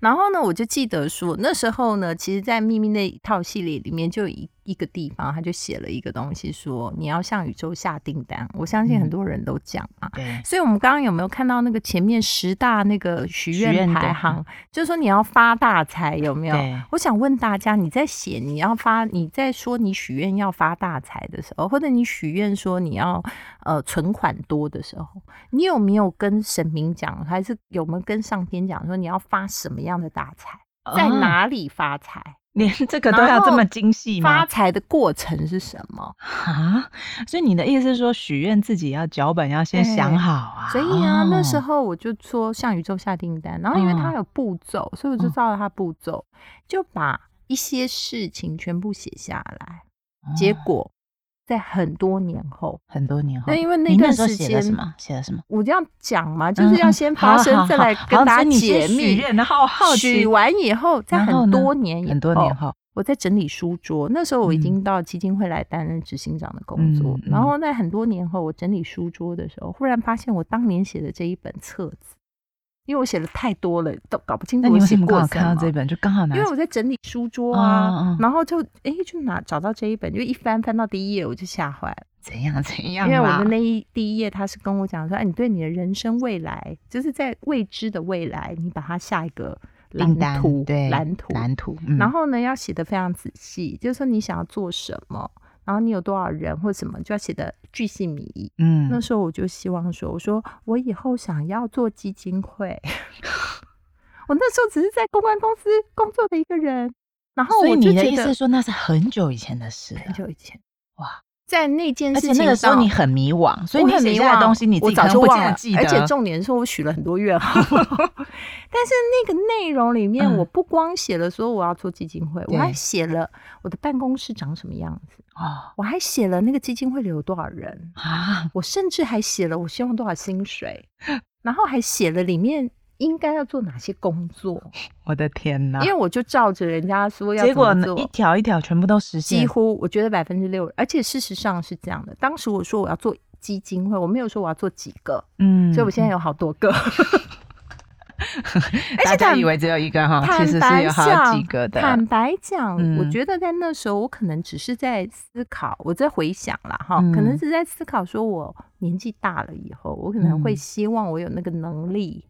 Speaker 1: 然后呢，我就记得说那时候呢，其实，在秘密那一套系列里面，就有一一个地方，他就写了一个东西说你要向宇宙下订单。我相信
Speaker 2: 嗯
Speaker 1: 很多人都讲嘛。
Speaker 2: 对，
Speaker 1: 所以，我们刚刚有没有看到那个前面十大那个许
Speaker 2: 许愿
Speaker 1: 愿
Speaker 2: 的
Speaker 1: 排行？就是说你要发大财，有没有
Speaker 2: 对？
Speaker 1: 我想问大家，你在写你要发，你在说你许愿要发大财的时候，或者你许愿说你要呃存款多的时候，你有没有跟神明讲，还是有没有跟上天讲说你要发什么样的大财，在
Speaker 2: 哦？
Speaker 1: 哪里发财？
Speaker 2: 连这个都要这么精细
Speaker 1: 发
Speaker 2: 吗？
Speaker 1: 财的过程是什么？
Speaker 2: 啊！所以你的意思是说，许愿自己要脚本要先
Speaker 1: 对
Speaker 2: 想好啊。
Speaker 1: 所以啊，
Speaker 2: 哦
Speaker 1: 那时候我就说向宇宙下订单，然后因为它
Speaker 2: 嗯
Speaker 1: 有步骤，所以我就照着它步骤，就把一些事情全部写下来。结
Speaker 2: 哦
Speaker 1: 果在很多年后，
Speaker 2: 很多年后，
Speaker 1: 对因为那
Speaker 2: 你
Speaker 1: 段
Speaker 2: 时候
Speaker 1: 时
Speaker 2: 写了什
Speaker 1: 间
Speaker 2: 么？写了什么？
Speaker 1: 我这样讲嘛，就是要
Speaker 2: 嗯
Speaker 1: 先
Speaker 2: 好
Speaker 1: 发生，
Speaker 2: 好
Speaker 1: 再
Speaker 2: 好
Speaker 1: 来
Speaker 2: 好
Speaker 1: 跟大
Speaker 2: 所以
Speaker 1: 家
Speaker 2: 你先
Speaker 1: 解
Speaker 2: 许
Speaker 1: 密。
Speaker 2: 愿，然后好奇
Speaker 1: 许完以后，在
Speaker 2: 然后
Speaker 1: 很
Speaker 2: 呢
Speaker 1: 多年以后，
Speaker 2: 很多年后，嗯
Speaker 1: 我在整理书桌，那时候我已经到基金会来担任执行长的工作。
Speaker 2: 嗯嗯
Speaker 1: 然后在很多年后，我整理书桌的时候，忽然发现我当年写的这一本册子，因为我写的太多了，都搞不清
Speaker 2: 那
Speaker 1: 楚
Speaker 2: 你
Speaker 1: 我
Speaker 2: 为
Speaker 1: 写
Speaker 2: 什么刚
Speaker 1: 过
Speaker 2: 好
Speaker 1: 什
Speaker 2: 看到
Speaker 1: 么。
Speaker 2: 这本，就刚好拿
Speaker 1: 因为
Speaker 2: 起？
Speaker 1: 我在整理书桌啊，
Speaker 2: 嗯嗯
Speaker 1: 然后就哎就拿找到这一本，就一翻翻到第一页我就吓坏了，
Speaker 2: 怎样怎样
Speaker 1: 因
Speaker 2: 啦？
Speaker 1: 为我的那一第一页他是跟我讲说，哎，你对你的人生未来，就是在未知的未来，你把它下一个蓝
Speaker 2: 订单
Speaker 1: 图，
Speaker 2: 对
Speaker 1: 蓝图，
Speaker 2: 蓝图，嗯
Speaker 1: 然后呢，要写的非常仔细，就是说你想要做什么，然后你有多少人或什么，就要写的巨细靡遗。
Speaker 2: 嗯
Speaker 1: 那时候我就希望说，我说我以后想要做基金会， 我那时候只是在公关公司工作的一个人，然后
Speaker 2: 所以
Speaker 1: 哦我就
Speaker 2: 你的
Speaker 1: 觉
Speaker 2: 意思
Speaker 1: 得
Speaker 2: 是说那是很久以前的事了
Speaker 1: 很，久以前，
Speaker 2: 哇，
Speaker 1: 在那件
Speaker 2: 而
Speaker 1: 事
Speaker 2: 且
Speaker 1: 情
Speaker 2: 那个时候
Speaker 1: 上
Speaker 2: 你很迷惘，所以
Speaker 1: 我
Speaker 2: 你
Speaker 1: 很
Speaker 2: 写
Speaker 1: 迷
Speaker 2: 下
Speaker 1: 惘，
Speaker 2: 的东西你自
Speaker 1: 我
Speaker 2: 己可
Speaker 1: 早
Speaker 2: 能
Speaker 1: 就
Speaker 2: 不
Speaker 1: 忘
Speaker 2: 见得
Speaker 1: 了
Speaker 2: 记，得，
Speaker 1: 而且重点是我许了很多愿 望，但是那个内容里面，
Speaker 2: 嗯
Speaker 1: 我不光写了说我要做基金会，
Speaker 2: 对
Speaker 1: 我还写了我的办公室长什么样子，
Speaker 2: 哦
Speaker 1: 我还写了那个基金会里有多少人，
Speaker 2: 啊，
Speaker 1: 我甚至还写了我希望多少薪 水，然后还写了里面。应该要做哪些工作？
Speaker 2: 我的天哪
Speaker 1: 因！为我就照着人家说要
Speaker 2: 啊结
Speaker 1: 怎
Speaker 2: 果
Speaker 1: 么
Speaker 2: 呢
Speaker 1: 做，
Speaker 2: 一条一条全部都实
Speaker 1: 几
Speaker 2: 现，
Speaker 1: 乎我觉得百分之六，而且事实上是这样的。当时我说我要做基金会，我没有说我要做几个，
Speaker 2: 嗯
Speaker 1: 所以我现在
Speaker 2: 有，
Speaker 1: 有好多个。
Speaker 2: 嗯大家
Speaker 1: 坦
Speaker 2: 以为只有一个哈，其实是
Speaker 1: 白
Speaker 2: 有好
Speaker 1: 讲，
Speaker 2: 几个的，
Speaker 1: 坦白讲，
Speaker 2: 嗯
Speaker 1: 我觉得在那时候，我可能只是在思考，我在回想啦，哈，
Speaker 2: 嗯
Speaker 1: 可能是在思考，说我年纪大了以后，我可能会
Speaker 2: 嗯
Speaker 1: 希望我有那个能力。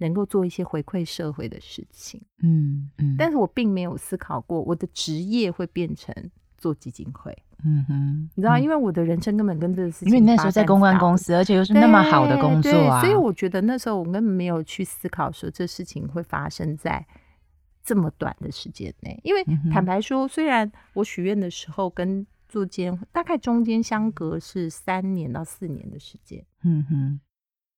Speaker 1: 能够做一些回馈社会的事情，
Speaker 2: 嗯嗯，
Speaker 1: 但是我并没有思考过我的职业会变成做基金会。
Speaker 2: 嗯哼，
Speaker 1: 你知道，
Speaker 2: 嗯
Speaker 1: 因为我的人生根本跟这个事情，
Speaker 2: 因为你那时候在公关公
Speaker 1: 司。
Speaker 2: 司，而且又是那么好的工作啊，
Speaker 1: 对对所以我觉得那时候我根本没有去思考说这事情会发生在这么短的时间内，因为
Speaker 2: 嗯哼
Speaker 1: 坦白说，虽然我许愿的时候跟做间大概中间相隔是三年到四年的时间，
Speaker 2: 嗯哼，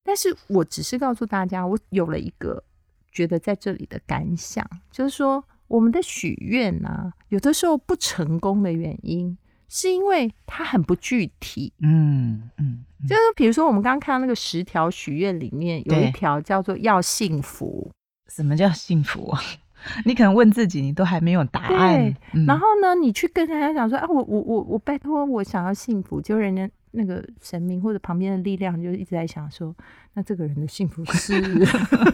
Speaker 1: 但是我只是告诉大家，我有了一个觉得在这里的感想，就是说我们的许愿啊，有的时候不成功的原因，是因为它很不具体。
Speaker 2: 嗯嗯，嗯
Speaker 1: 就是比如说，我们刚刚看到那个十条许愿里面有
Speaker 2: 对
Speaker 1: 一条叫做要幸福，
Speaker 2: 什么叫幸福啊？ 你可能问自己，你都还没有答案
Speaker 1: 对，
Speaker 2: 嗯
Speaker 1: 然后呢，你去跟人家讲说啊，我我我我拜托我想要幸福，就人家那个神明或者旁边的力量就一直在想说，那这个人的幸福是，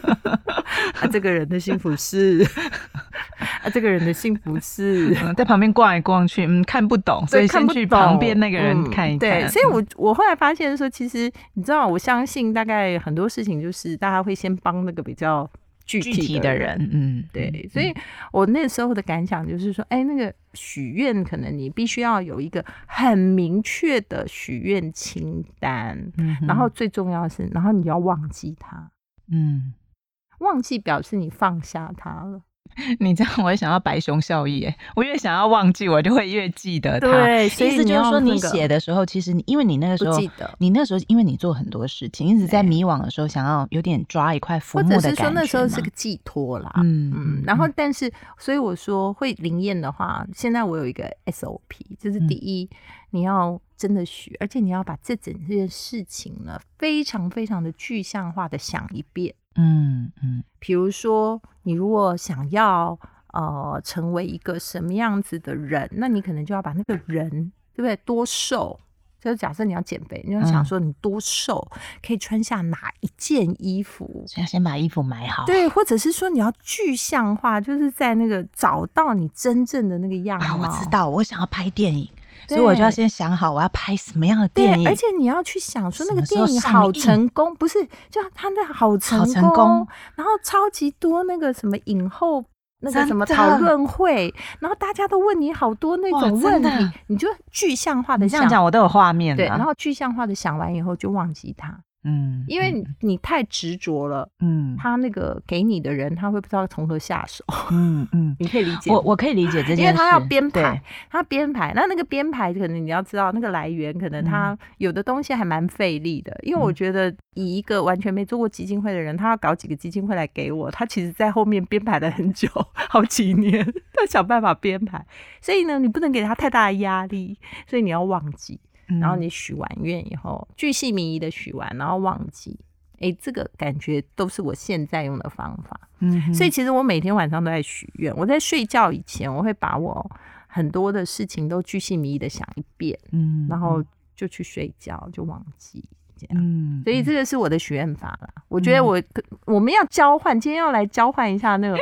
Speaker 1: 啊这个人的幸福是， 啊这个人的幸福是，
Speaker 2: 嗯在旁边逛来逛去，嗯，看不懂，所
Speaker 1: 对
Speaker 2: 以
Speaker 1: 看
Speaker 2: 先
Speaker 1: 不
Speaker 2: 去
Speaker 1: 懂
Speaker 2: 旁边那个人
Speaker 1: 嗯
Speaker 2: 看一看。
Speaker 1: 对，所以我我后来发现说，其实你知道，我相信大概很多事情就是大家会先帮那个比较具
Speaker 2: 具
Speaker 1: 体
Speaker 2: 体
Speaker 1: 的
Speaker 2: 的人，嗯，
Speaker 1: 对，所以我那时候的感想就是说，哎，那个许愿可能你必须要有一个很明确的许愿清单，
Speaker 2: 嗯哼，
Speaker 1: 然后最重要的是，然后你要忘记它，
Speaker 2: 嗯，
Speaker 1: 忘记表示你放下它了。
Speaker 2: 你这样我也想到白熊效益耶，我越想要忘记，我就会越记得它。
Speaker 1: 所以
Speaker 2: 意思就是说，你写
Speaker 1: 的
Speaker 2: 的时候，其实你因为你那个时
Speaker 1: 不
Speaker 2: 候
Speaker 1: 记得。
Speaker 2: 你那时候因为你做很多事情，一直在
Speaker 1: 对
Speaker 2: 迷惘的时候，想要有点抓一块浮
Speaker 1: 或
Speaker 2: 木
Speaker 1: 者
Speaker 2: 的
Speaker 1: 是
Speaker 2: 感觉
Speaker 1: 说
Speaker 2: 嘛。
Speaker 1: 那时候是个寄托啦，
Speaker 2: 嗯
Speaker 1: 嗯，然后但是，所以我说会灵验的话，现在我有一个 SOP，就是
Speaker 2: 嗯
Speaker 1: 第一，你要真的许，而且你要把这整件事情呢，非常非常的具象化的想一遍。
Speaker 2: 嗯嗯
Speaker 1: 比如说，你如果想要呃成为一个什么样子的人，那你可能就要把那个人，对不对？多瘦，就是假设你要减肥，你要想
Speaker 2: 嗯
Speaker 1: 说你多瘦可以穿下哪一件衣服，
Speaker 2: 所以要先把衣服买好。
Speaker 1: 对，或者是说你要具象化，就是在那个找到你真正的那个样
Speaker 2: 啊，
Speaker 1: 貌。
Speaker 2: 我知道，我想要拍电影，所以我就要
Speaker 1: 哦对
Speaker 2: 先想好我要拍什么样的
Speaker 1: 对
Speaker 2: 电，影。
Speaker 1: 而且你要去想说那个
Speaker 2: 什
Speaker 1: 电
Speaker 2: 么时候
Speaker 1: 影
Speaker 2: 上
Speaker 1: 好
Speaker 2: 映
Speaker 1: 成功，不是就他那好成
Speaker 2: 成功
Speaker 1: 然后超级多那个什么影后那个
Speaker 2: 真
Speaker 1: 什么
Speaker 2: 的
Speaker 1: 讨论会，然后大家都问你好多那
Speaker 2: 哇
Speaker 1: 种
Speaker 2: 真
Speaker 1: 问
Speaker 2: 的啊
Speaker 1: 题，你就具象化的
Speaker 2: 你这样
Speaker 1: 想，
Speaker 2: 讲，我都有画面了。
Speaker 1: 对，
Speaker 2: 啊
Speaker 1: 然后具象化的想完以后就忘记他，
Speaker 2: 嗯，
Speaker 1: 因为你你太执着了，
Speaker 2: 嗯
Speaker 1: 他那个给你的人他会不知道从何下手，
Speaker 2: 嗯嗯，
Speaker 1: 你可以理解吗。
Speaker 2: 我我可以理解这件事，
Speaker 1: 因为他要编
Speaker 2: 对
Speaker 1: 排，，他编排，那那个编排可能你要知道那个来源，可能他有的东西还蛮费力的。因为我
Speaker 2: 嗯
Speaker 1: 觉得以一个完全没做过基金会的人，他要搞几个基金会来给我，他其实在后面编排了很久，好几年，他想办法编排。所以呢，你不能给他太大的压力，所以你要忘记，
Speaker 2: 嗯
Speaker 1: 然后你许完愿以后，巨细靡遗的许完，然后忘记。诶，这个感觉都是我现在用的方法。
Speaker 2: 嗯哼
Speaker 1: 所以其实我每天晚上都在许愿。我在睡觉以前，我会把我很多的事情都巨细靡遗的想一遍，
Speaker 2: 嗯，
Speaker 1: 然后就去睡觉，就忘记这样。
Speaker 2: 嗯，
Speaker 1: 所以这个是我的许愿法啦。我觉得我可我们要交换，今天要来交换一下那 个。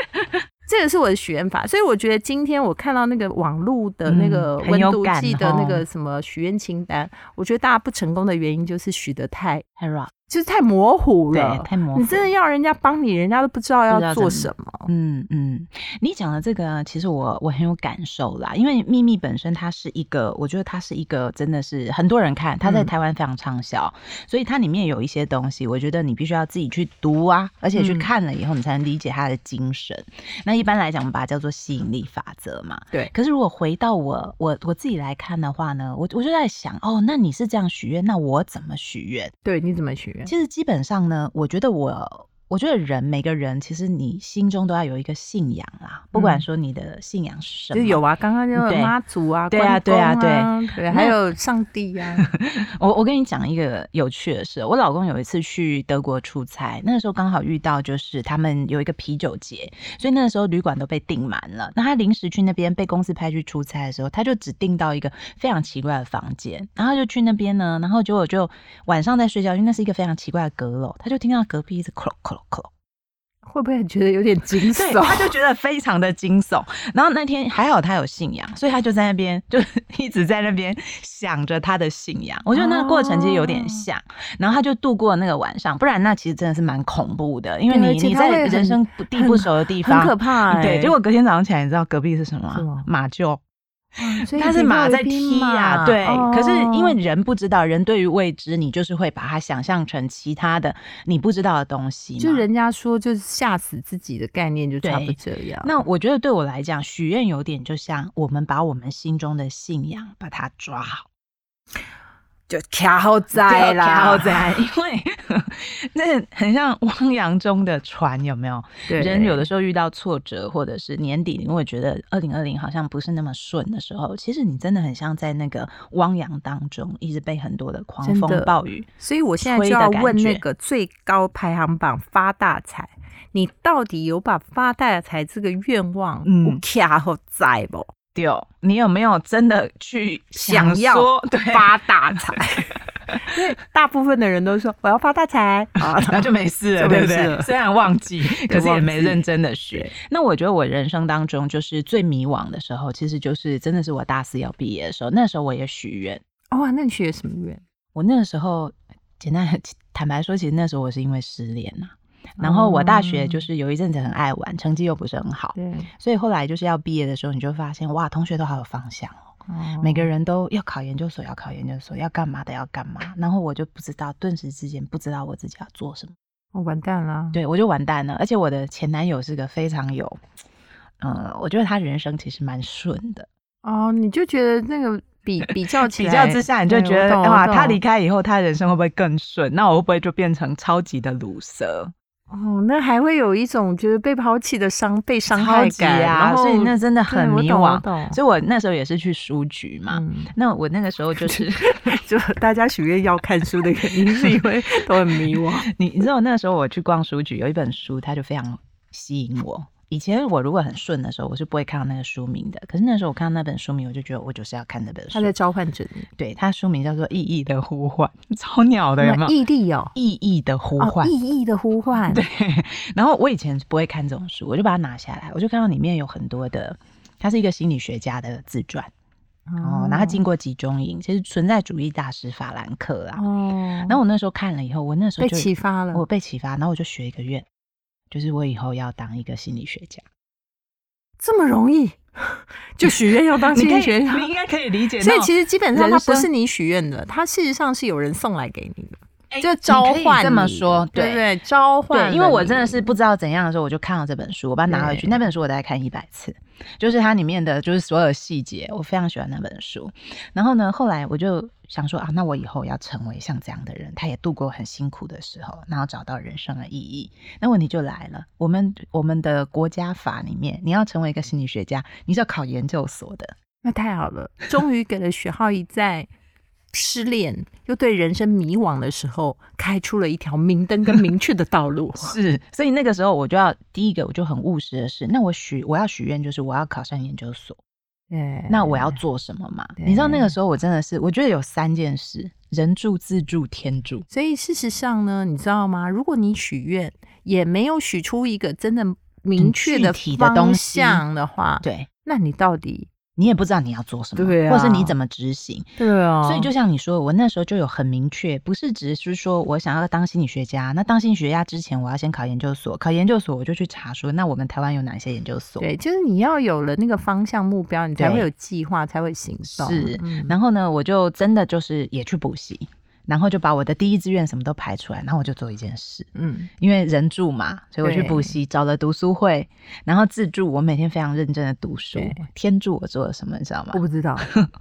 Speaker 1: 这个是我的许愿法，所以我觉得今天我看到那个网络的那个
Speaker 2: 嗯很
Speaker 1: 温
Speaker 2: 有
Speaker 1: 度
Speaker 2: 感
Speaker 1: 计的那
Speaker 2: 哦
Speaker 1: 个什么许愿清单，我觉得大家不成功的原因就是许的太
Speaker 2: 太 rock
Speaker 1: 就是太模糊
Speaker 2: 对
Speaker 1: 了，
Speaker 2: 太模糊，
Speaker 1: 你真的要人家帮你，人家都不知道
Speaker 2: 不知
Speaker 1: 要
Speaker 2: 道
Speaker 1: 做
Speaker 2: 怎
Speaker 1: 什
Speaker 2: 么
Speaker 1: 么。
Speaker 2: 嗯嗯，你讲的这个啊，其实我我很有感受啦，因为《秘密》本身它是一个，我觉得它是一个真的是很多人看，它在
Speaker 1: 嗯
Speaker 2: 台湾非常畅销，所以它里面有一些东西，我觉得你必须要自己去读啊，而且去
Speaker 1: 嗯
Speaker 2: 看了以后，你才能理解它的精神。那一般来讲，我们把它叫做吸引力法则嘛。
Speaker 1: 对
Speaker 2: 可是如果回到我我我自己来看的话呢，我我就在想，哦，那你是这样许愿，那我怎么许愿？
Speaker 1: 对，你怎么许愿？
Speaker 2: 其实基本上呢，我觉得我，我觉得人每个人，其实你心中都要有一个信仰啦，不管说你的信仰是什么。
Speaker 1: 就有啊，刚刚就有
Speaker 2: 对
Speaker 1: 妈祖啊，
Speaker 2: 对啊
Speaker 1: 关公
Speaker 2: 对
Speaker 1: 啊
Speaker 2: 啊，
Speaker 1: 对，
Speaker 2: 那
Speaker 1: 还有上帝 啊，
Speaker 2: 我我跟你讲一个有趣的事，我老公有一次去德国出差，那个时候刚好遇到就是他们有一个啤酒节，所以那个时候旅馆都被订满了。那他临时去那边被公司派去出差的时候，他就只订到一个非常奇怪的房间，然后他就去那边呢，然后结果就晚上在睡觉，因为那是一个非常奇怪的阁楼，他就听到隔壁一直 clop clop clop。
Speaker 1: 会不会觉得有点惊
Speaker 2: 对，
Speaker 1: 悚？
Speaker 2: 他就觉得非常的惊悚。然后那天还好他有信仰，所以他就在那边就一直在那边想着他的信仰。我觉得那个过程其实有点像，
Speaker 1: 哦
Speaker 2: 然后他就度过那个晚上，不然那其实真的是蛮恐怖的，因为
Speaker 1: 对
Speaker 2: 你
Speaker 1: 而且
Speaker 2: 你
Speaker 1: 他
Speaker 2: 在
Speaker 1: 会很
Speaker 2: 人生不地
Speaker 1: 很
Speaker 2: 不熟的地
Speaker 1: 很
Speaker 2: 方，
Speaker 1: 可怕哎。
Speaker 2: 对。结果隔天早上起来，你知道隔壁是什么
Speaker 1: 是吗
Speaker 2: 吗？马厩。
Speaker 1: 嗯所以
Speaker 2: 它是
Speaker 1: 你
Speaker 2: 马
Speaker 1: 有一
Speaker 2: 在
Speaker 1: 匹
Speaker 2: 踢呀、
Speaker 1: 马
Speaker 2: 对。可是因为
Speaker 1: 哦
Speaker 2: 人不知道，人对于未知，你就是会把它想象成其他的你不知道的东西。
Speaker 1: 就。人家说就是吓死自己的概念就差不
Speaker 2: 对
Speaker 1: 多这样。
Speaker 2: 那我觉得对我来讲，许愿有点就像我们把我们心中的信仰把它抓好，
Speaker 1: 就卡好在
Speaker 2: 好
Speaker 1: 啦，
Speaker 2: 在， 因为那很像汪洋中的船，有没有？
Speaker 1: 对
Speaker 2: 人有的时候遇到挫折，或者是年底你会觉得二零二零好像不是那么顺的时候，其实你真的很像在那个汪洋当中，一直被很多的狂
Speaker 1: 真的
Speaker 2: 风暴雨。
Speaker 1: 所以我现在
Speaker 2: 推
Speaker 1: 就
Speaker 2: 的
Speaker 1: 要
Speaker 2: 感
Speaker 1: 问那
Speaker 2: 觉
Speaker 1: 个最高排行榜发大财，你到底有把发大财这个愿望
Speaker 2: 嗯
Speaker 1: 有卡好在不？
Speaker 2: 丢，你有没有真的去
Speaker 1: 想要
Speaker 2: 说对，
Speaker 1: 发大财， 因为大部分的人都说我要发大 财啊，
Speaker 2: 那就没事 了，
Speaker 1: 就没
Speaker 2: 对不
Speaker 1: 事
Speaker 2: 对
Speaker 1: 了？
Speaker 2: 虽然忘 记，可是也没
Speaker 1: 忘记
Speaker 2: 认真的学。那我觉得我人生当中就是最迷惘的时候，其实就是真的是我大四要毕业的时候，那时候我也许愿，
Speaker 1: 哇，那你许的什么愿？
Speaker 2: 我那个时候简单 坦白说，其实那时候我是因为失恋呐、然后我大学
Speaker 1: 哦
Speaker 2: 就是有一阵子很爱玩，成绩又不是很好，
Speaker 1: 对，
Speaker 2: 所以后来就是要毕业的时候，你就发现哇，同学都好有方向哦，
Speaker 1: 哦
Speaker 2: 每个人都要考研究所，要考研究所，要干嘛的要干嘛，然后我就不知道，顿时之间不知道我自己要做什么，
Speaker 1: 哦完蛋了，
Speaker 2: 对我就完蛋了。而且我的前男友是个非常有，呃，我觉得他人生其实蛮顺的，
Speaker 1: 哦，你就觉得那个比 比较起
Speaker 2: 比较
Speaker 1: 来
Speaker 2: 之下，你就
Speaker 1: 对
Speaker 2: 觉
Speaker 1: 我
Speaker 2: 得
Speaker 1: 懂我
Speaker 2: 哇，他
Speaker 1: 懂
Speaker 2: 离开以后，他人生会不会更顺？那我会不会就变成超级的卤蛇？
Speaker 1: 哦，那还会有一种觉得被抛弃的伤、被伤害
Speaker 2: 超级
Speaker 1: 感
Speaker 2: 啊
Speaker 1: 然后
Speaker 2: 所以那真的很
Speaker 1: 对我
Speaker 2: 迷
Speaker 1: 懂我
Speaker 2: 惘
Speaker 1: 懂
Speaker 2: 所以我那时候也是去书局嘛。
Speaker 1: 嗯，
Speaker 2: 那我那个时 候就是，
Speaker 1: 就大家许愿要看书的原因，是因为都很迷惘。
Speaker 2: 你你知道那时候我去逛书局，有一本书它就非常吸引我。以前我如果很顺的时候，我是不会看到那个书名的。可是那时候我看到那本书名，我就觉得我就是要看那 本
Speaker 1: 他
Speaker 2: 书。
Speaker 1: 在召唤着你，
Speaker 2: 对，它书名叫做《意义的呼唤》， 超鸟的有没
Speaker 1: 那
Speaker 2: 有？
Speaker 1: 毅力哦，
Speaker 2: 意义的呼唤
Speaker 1: 哦，。意义的呼唤，
Speaker 2: 对，然后我以前不会看这种书，我就把它拿下来，我就看到里面有很多的，它是一个心理学家的自传。哦，然后经过集中营，其实存在主义大师法兰克啊。
Speaker 1: 哦，
Speaker 2: 然后我那时候看了以后，我那时候
Speaker 1: 被
Speaker 2: 就
Speaker 1: 启发了，
Speaker 2: 我被启发，然后我就学一个愿，就是我以后要当一个心理学家。
Speaker 1: 这么容易就许愿要当心理学家。
Speaker 2: 你应该可以理解
Speaker 1: 所以其实基本上它
Speaker 2: 人
Speaker 1: 不
Speaker 2: 生
Speaker 1: 是你许愿的，它事实上是有人送来给你的，就
Speaker 2: 哎你
Speaker 1: 召
Speaker 2: 可以
Speaker 1: 唤
Speaker 2: 这么
Speaker 1: 你
Speaker 2: 说
Speaker 1: 对
Speaker 2: 对
Speaker 1: 不对，召唤
Speaker 2: 对，
Speaker 1: 了
Speaker 2: 因为我真的
Speaker 1: 你
Speaker 2: 是不知道怎样的时候，我就看到这本书，我把它拿回去。
Speaker 1: 对
Speaker 2: 那本书我大概看一百次，就是它里面的就是所有细节，我非常喜欢那本书。然后呢，后来我就想说啊，那我以后要成为像这样的人，他也度过很辛苦的时候，然后找到人生的意义。那问题就来了，我们我们的国家法里面，你要成为一个心理学家，你是要考研究所的。
Speaker 1: 那太好了，终于给了许浩一在失恋又对人生迷惘的时候，开出了一条明灯跟明确的道路。
Speaker 2: 是，所以那个时候我就要第一个我就很务实的是，那我许我要许愿就是我要考上研究所。
Speaker 1: 哎
Speaker 2: 那我要做什么嘛？
Speaker 1: 对
Speaker 2: 你知道那个时候我真的是，我觉得有三件事：人助、自助、天助。
Speaker 1: 所以事实上呢，你知道吗？如果你许愿也没有许出一个真的明确的
Speaker 2: 很具体的
Speaker 1: 方
Speaker 2: 东西
Speaker 1: 向的话，
Speaker 2: 对
Speaker 1: 那你到底
Speaker 2: 你也不知道你要做什么，
Speaker 1: 对啊
Speaker 2: 或者是你怎么执行。
Speaker 1: 对啊
Speaker 2: 所以就像你说，我那时候就有很明确，不是只是说我想要当心理学家。那当心理学家之前，我要先考研究所，考研究所我就去查说，那我们台湾有哪些研究所？
Speaker 1: 对，就是你要有了那个方向目标，你才
Speaker 2: 对
Speaker 1: 会有计划，才会行动。
Speaker 2: 是
Speaker 1: 嗯，
Speaker 2: 然后呢，我就真的就是也去补习，然后就把我的第一志愿什么都排出来，然后我就做一件事。
Speaker 1: 嗯，
Speaker 2: 因为人助嘛，所以我去
Speaker 1: 对
Speaker 2: 补习，找了读书会，然后自助。我每天非常认真的读书
Speaker 1: 对。
Speaker 2: 天助我做了什么，你知道吗
Speaker 1: 我？不知道，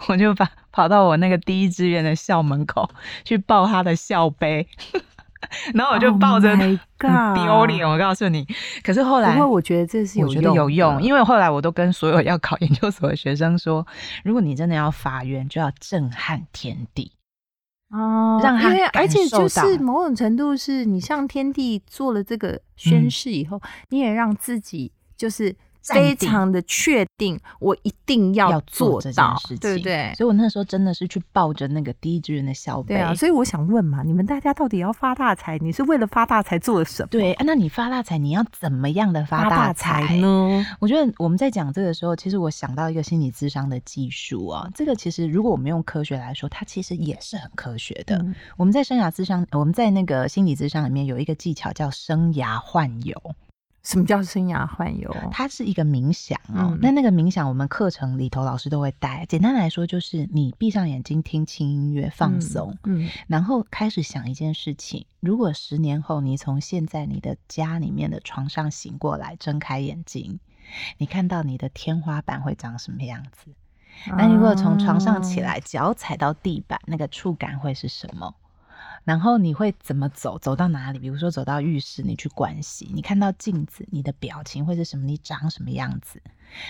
Speaker 2: 我就把跑到我那个第一志愿的校门口去抱他的校杯， 然后 我就抱着
Speaker 1: Oh
Speaker 2: 他
Speaker 1: my
Speaker 2: 很丢脸。我告诉你，可是后来
Speaker 1: 不过我觉得这是有
Speaker 2: 我觉得有用，
Speaker 1: 为
Speaker 2: 因为后来我都跟所有要考研究所的学生说，如果你真的要发愿，就要震撼天地。
Speaker 1: 哦，
Speaker 2: 让他
Speaker 1: 因为而
Speaker 2: 感
Speaker 1: 且就
Speaker 2: 受到
Speaker 1: 是某种程度是你向天地做了这个
Speaker 2: 嗯
Speaker 1: 宣誓以后，你也让自己就是
Speaker 2: 站
Speaker 1: 非
Speaker 2: 定
Speaker 1: 常的确定，我一定
Speaker 2: 要
Speaker 1: 做
Speaker 2: 这件
Speaker 1: 到
Speaker 2: 事情，，
Speaker 1: 对不对？
Speaker 2: 所以我那时候真的是去抱着那个第一志愿的校杯，
Speaker 1: 对啊，所以我想问嘛，你们大家到底要发大财？你是为了发大财做了什么？
Speaker 2: 对，啊那你发大财，你要怎么样的发大财？
Speaker 1: 呢？
Speaker 2: 我觉得我们在讲这个时候，其实我想到一个心理智商的技术啊，这个其实如果我们用科学来说，它其实也是很科学的。
Speaker 1: 嗯
Speaker 2: 我们在生涯智商，我们在那个心理智商里面有一个技巧叫生涯幻游。
Speaker 1: 什么叫生涯幻游？
Speaker 2: 它是一个冥想哦
Speaker 1: 嗯。
Speaker 2: 那、那个冥想，我们课程里头老师都会带。简单来说，就是你闭上眼睛听轻音乐放松，
Speaker 1: 嗯，
Speaker 2: 然后开始想一件事情。如果十年后你从现在你的家里面的床上醒过来，睁开眼睛，你看到你的天花板会长什么样子？
Speaker 1: 嗯啊
Speaker 2: 那如果从床上起，
Speaker 1: 哦
Speaker 2: 来，脚踩到地板，那个触感会是什么？然后你会怎么走？走到哪里？比如说走到浴室，你去盥洗，你看到镜子，你的表情会是什么？你长什么样子？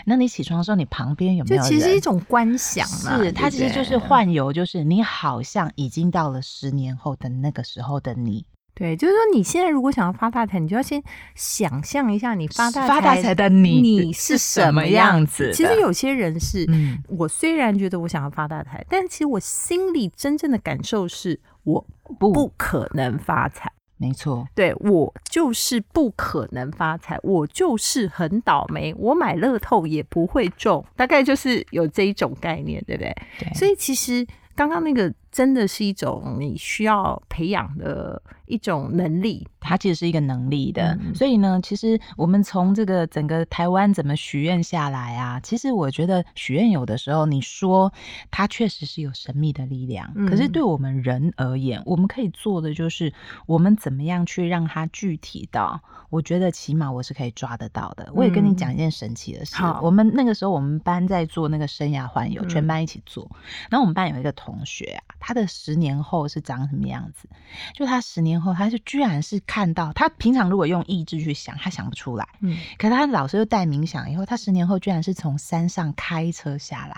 Speaker 2: 那你起床的时候，你旁边有没
Speaker 1: 就
Speaker 2: 有人？
Speaker 1: 其实一种观想啦，
Speaker 2: 是，它
Speaker 1: 对不
Speaker 2: 其实就是
Speaker 1: 对
Speaker 2: 幻游，就是你好像已经到了十年后的那个时候的你，
Speaker 1: 对，就是说你现在如果想要发大财，你就要先想象一下你发大
Speaker 2: 发大财的你
Speaker 1: 你
Speaker 2: 是
Speaker 1: 是
Speaker 2: 什
Speaker 1: 什
Speaker 2: 么
Speaker 1: 么
Speaker 2: 样
Speaker 1: 样
Speaker 2: 子
Speaker 1: 子。其实
Speaker 2: 的
Speaker 1: 有些人是，
Speaker 2: 嗯
Speaker 1: 我虽然觉得我想要发大财，但其实我心里真正的感受是我
Speaker 2: 不
Speaker 1: 不可能发财。
Speaker 2: 没错，
Speaker 1: 对我就是不可能发财，我就是很倒霉，我买乐透也不会中，大概就是有这一种概念，对不对？
Speaker 2: 对，
Speaker 1: 所以其实刚刚那个真的是一种你需要培养的一种能力，
Speaker 2: 它其实是一个能力的。
Speaker 1: 嗯
Speaker 2: 所以呢，其实我们从这个整个台湾怎么许愿下来啊，其实我觉得许愿有的时候你说它确实是有神秘的力量，
Speaker 1: 嗯
Speaker 2: 可是对我们人而言，我们可以做的就是我们怎么样去让它具体到。我觉得起码我是可以抓得到的。我也跟你讲一件神奇的事，
Speaker 1: 嗯好
Speaker 2: 我们那个时候我们班在做那个生涯环游，
Speaker 1: 嗯
Speaker 2: 全班一起做。然后我们班有一个同学啊，他的十年后是长什么样子？就他十年后，他就居然是看到他平常如果用意志去想，他想不出来。
Speaker 1: 嗯，
Speaker 2: 可他老师又带冥想以后，他十年后居然是从山上开车下来。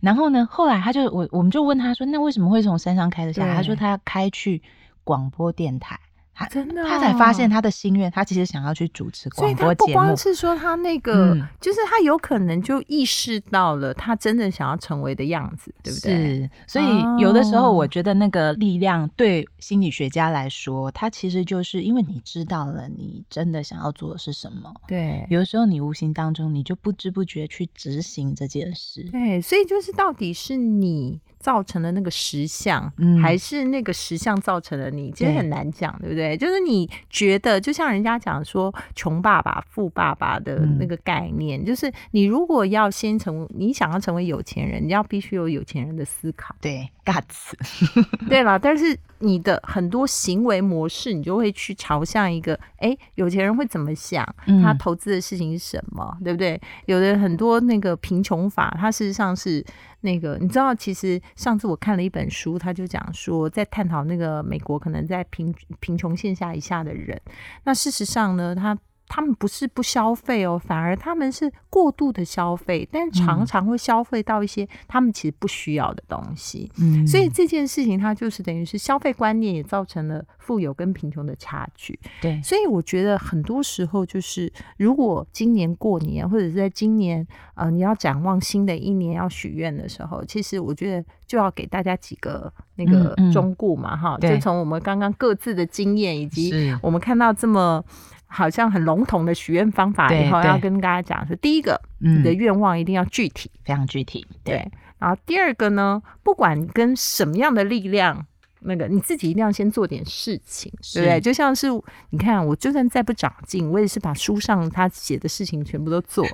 Speaker 2: 然后呢，后来他就我我们就问他说，那为什么会从山上开车下来？
Speaker 1: 对
Speaker 2: 他说他要开去广播电台。他
Speaker 1: 真的
Speaker 2: 他才发现
Speaker 1: 他。
Speaker 2: 他的心愿，他其实想要去主持
Speaker 1: 哦所
Speaker 2: 广
Speaker 1: 以他
Speaker 2: 播
Speaker 1: 不
Speaker 2: 节目
Speaker 1: 光。是说他那个，
Speaker 2: 嗯
Speaker 1: 就是他有可能就意识到了他真正想要成为的样子，对不对？
Speaker 2: 是，所以有的时候
Speaker 1: 哦
Speaker 2: 我觉得那个力量对心理学家来说，它其实就是因为你知道了你真的想要做的是什么，
Speaker 1: 对，
Speaker 2: 有的时候你无形当中你就不知不觉去执行这件事。
Speaker 1: 对，所以就是到底是你造成了那个实相，
Speaker 2: 嗯
Speaker 1: 还是那个实相造成了你？其实
Speaker 2: 对
Speaker 1: 很难讲，对不对？就是你觉得，就像人家讲说“穷爸爸”“富爸爸”的
Speaker 2: 嗯，
Speaker 1: 那个概念，就是你如果要先成为，你想要成为有钱人，你要必须有有钱人的思考
Speaker 2: 对，guts，
Speaker 1: 对啦，但是你的很多行为模式，你就会去朝向一个，哎，有钱人会怎么想？他投资的事情是什么，对不对？有的很多那个贫穷法，它事实上是那个，你知道，其实上次我看了一本书，他就讲说，在探讨那个美国可能在贫贫穷线下以下的人，那事实上呢，他。他们不是不消费哦，反而他们是过度的消费，但常常会消费到一些他们其实不需要的东西。
Speaker 2: 嗯
Speaker 1: 所以这件事情，它就是等于是消费观念也造成了富有跟贫穷的差距。
Speaker 2: 对，
Speaker 1: 所以我觉得很多时候就是，如果今年过年，或者是在今年，呃，你要展望新的一年要许愿的时候，其实我觉得就要给大家几个那个
Speaker 2: 嗯嗯
Speaker 1: 忠告嘛，哈，
Speaker 2: 对
Speaker 1: 就从我们刚刚各自的经验以及
Speaker 2: 是
Speaker 1: 我们看到这么。好像很笼统的许愿方法，
Speaker 2: 对
Speaker 1: 以后
Speaker 2: 对
Speaker 1: 要跟大家讲说，第一个，你
Speaker 2: 嗯
Speaker 1: 的愿望一定要具体，
Speaker 2: 非常具体， 对，
Speaker 1: 对。然后第二个呢，不管跟什么样的力量，那个你自己一定要先做点事情，对不
Speaker 2: 是
Speaker 1: 对？就像是你看，我就算再不长进，我也是把书上他写的事情全部都 做了，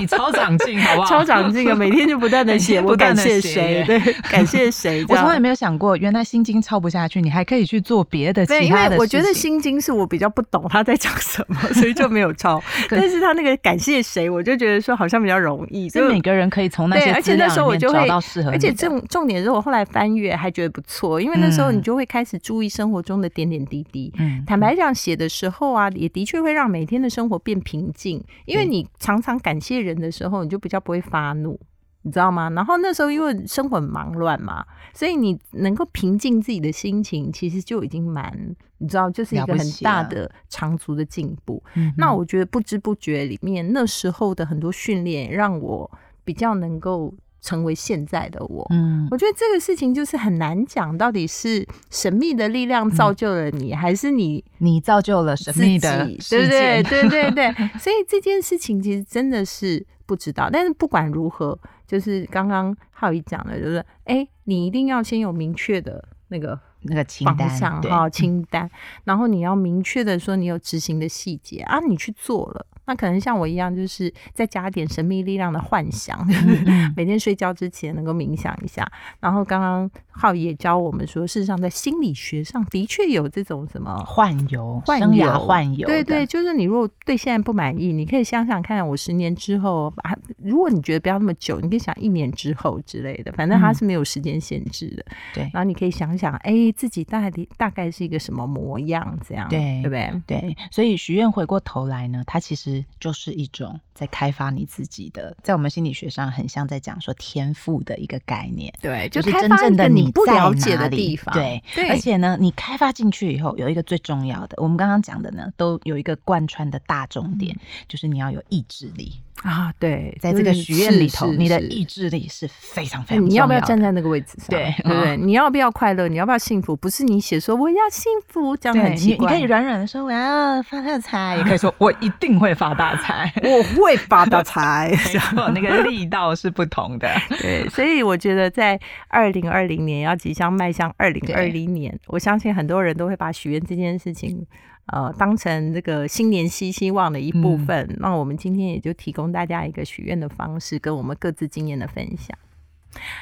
Speaker 2: 你 超长进好不
Speaker 1: 超 长进啊，每天就不断的
Speaker 2: 每
Speaker 1: 写，
Speaker 2: 天
Speaker 1: 我
Speaker 2: 不断
Speaker 1: 感
Speaker 2: 地
Speaker 1: 谢
Speaker 2: 写
Speaker 1: 谁，对， 感谢谁，这
Speaker 2: 我从来
Speaker 1: 样。
Speaker 2: 没有想过，原来心经抄不下去，你还可以去做别的
Speaker 1: 对，
Speaker 2: 其
Speaker 1: 因
Speaker 2: 他的
Speaker 1: 为我觉得《
Speaker 2: 事情
Speaker 1: 心经》是我比较不懂他在讲什么，所以就没有 抄。但是他那个感谢谁，我就觉得说好像比较容易，
Speaker 2: 所以
Speaker 1: 就
Speaker 2: 每个人可以从那
Speaker 1: 对，
Speaker 2: 些
Speaker 1: 而且
Speaker 2: 资料
Speaker 1: 那时候
Speaker 2: 里
Speaker 1: 我
Speaker 2: 面
Speaker 1: 就
Speaker 2: 找
Speaker 1: 会
Speaker 2: 到适合你
Speaker 1: 而
Speaker 2: 的，
Speaker 1: 且重重点是我后来翻阅还觉得不错，因为那时候
Speaker 2: 嗯
Speaker 1: 你就会开始注意生活中的点点滴滴。
Speaker 2: 嗯
Speaker 1: 坦白讲，写的时候啊，也的确会让每天的生活变平静，因为
Speaker 2: 对
Speaker 1: 你常常感谢人的时候，你就比较不会发怒。你知道吗？然后那时候因为生活很忙乱嘛，所以你能够平静自己的心情，其实就已经蛮，你知道，就是一
Speaker 2: 了
Speaker 1: 个
Speaker 2: 不
Speaker 1: 很
Speaker 2: 起
Speaker 1: 大
Speaker 2: 了
Speaker 1: 的长足的进步。
Speaker 2: 嗯
Speaker 1: 那我觉得不知不觉里面那时候的很多训练，让我比较能够成为现在的我。
Speaker 2: 嗯
Speaker 1: 我觉得这个事情就是很难讲，到底是神秘的力量造就了你，还是你
Speaker 2: 你造就了嗯神
Speaker 1: 自
Speaker 2: 秘
Speaker 1: 己，
Speaker 2: 的
Speaker 1: 对
Speaker 2: 世
Speaker 1: 不
Speaker 2: 界
Speaker 1: 对？对对对， 所以这件事情其实真的是不知道。但是不管如何，就是刚刚浩宇讲的，就是哎，诶你一定要先有明确的那个
Speaker 2: 那个清
Speaker 1: 方
Speaker 2: 单，
Speaker 1: 向
Speaker 2: 对嗯
Speaker 1: 哈清单，然后你要明确的说你有执行的细节啊，你去做了。那可能像我一样，就是再加点神秘力量的幻想，
Speaker 2: 嗯
Speaker 1: 就是每天睡觉之前能够冥想一下。然后刚刚浩也教我们说，事实上在心理学上的确有这种什么
Speaker 2: 幻游，
Speaker 1: 幻
Speaker 2: 生涯
Speaker 1: 游
Speaker 2: 幻游，
Speaker 1: 对对，，就是你如果对现在不满意，你可以想想看，我十年之后啊，如果你觉得不要那么久，你可以想一年之后之类的，反正它
Speaker 2: 嗯
Speaker 1: 是没有时间限制的。
Speaker 2: 对
Speaker 1: 然后你可以想想，哎，自己大体大概是一个什么模样，这样
Speaker 2: 对
Speaker 1: 对不对？
Speaker 2: 对，所以许愿回过头来呢，它其实就是一种在开发你自己的，在我们心理学上很像在讲说天赋的一个概念。
Speaker 1: 对，
Speaker 2: 是
Speaker 1: 开
Speaker 2: 真
Speaker 1: 发
Speaker 2: 正
Speaker 1: 一
Speaker 2: 的
Speaker 1: 个你不
Speaker 2: 在
Speaker 1: 了解
Speaker 2: 哪
Speaker 1: 的
Speaker 2: 里
Speaker 1: 地方，
Speaker 2: 对，
Speaker 1: 对
Speaker 2: 而且呢，你开发进去以后，有一个最重要的，我们刚刚讲的呢，都有一个贯穿的大重点，就是你要有意志力。
Speaker 1: 啊，嗯对，
Speaker 2: 在
Speaker 1: 就
Speaker 2: 这个
Speaker 1: 是
Speaker 2: 许愿里
Speaker 1: 是
Speaker 2: 头，
Speaker 1: 是
Speaker 2: 你的
Speaker 1: 是哎嗯
Speaker 2: 意志力是非常非常重
Speaker 1: 你要不要站
Speaker 2: 的
Speaker 1: 在那个位置上？
Speaker 2: 对嗯
Speaker 1: 对不对？你要不要快乐？你要不要幸福？不是你写说我要幸福，这样
Speaker 2: 对
Speaker 1: 很
Speaker 2: 你，
Speaker 1: 奇
Speaker 2: 你
Speaker 1: 怪。。
Speaker 2: 可以软软的说我要发大 财，也可以说我一定会发大 财
Speaker 1: 我会发大财。
Speaker 2: 没错，那个力道是不同的。
Speaker 1: 对，所以我觉得在二零二零年要即将迈向二零二零年，我相信很多人都会把许愿这件事情，呃，当成这个新年新希望的一部分。那我们今天也就提供大家一个许愿的方式，跟我们各自经验的分享。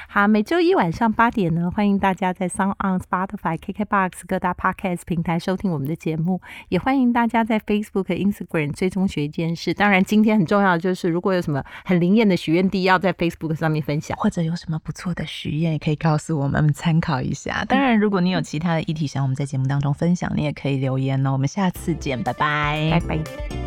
Speaker 1: 好，每周一晚上八点呢，欢迎大家在 Sound On、Spotify、KKBox 各大 Podcast 平台收听我们的节目，也欢迎大家在 Facebook、Instagram 追踪学一件事。当然，今天很重要的就是，如果有什么很灵验的许愿地，要在 Facebook 上面分享。
Speaker 2: 或者有什么不错的许愿，也可以告诉我们我们参考一下。当然，如果你有其他的议题想我们在节目当中分享，你也可以留言哦。我们下次见，拜拜
Speaker 1: 拜拜。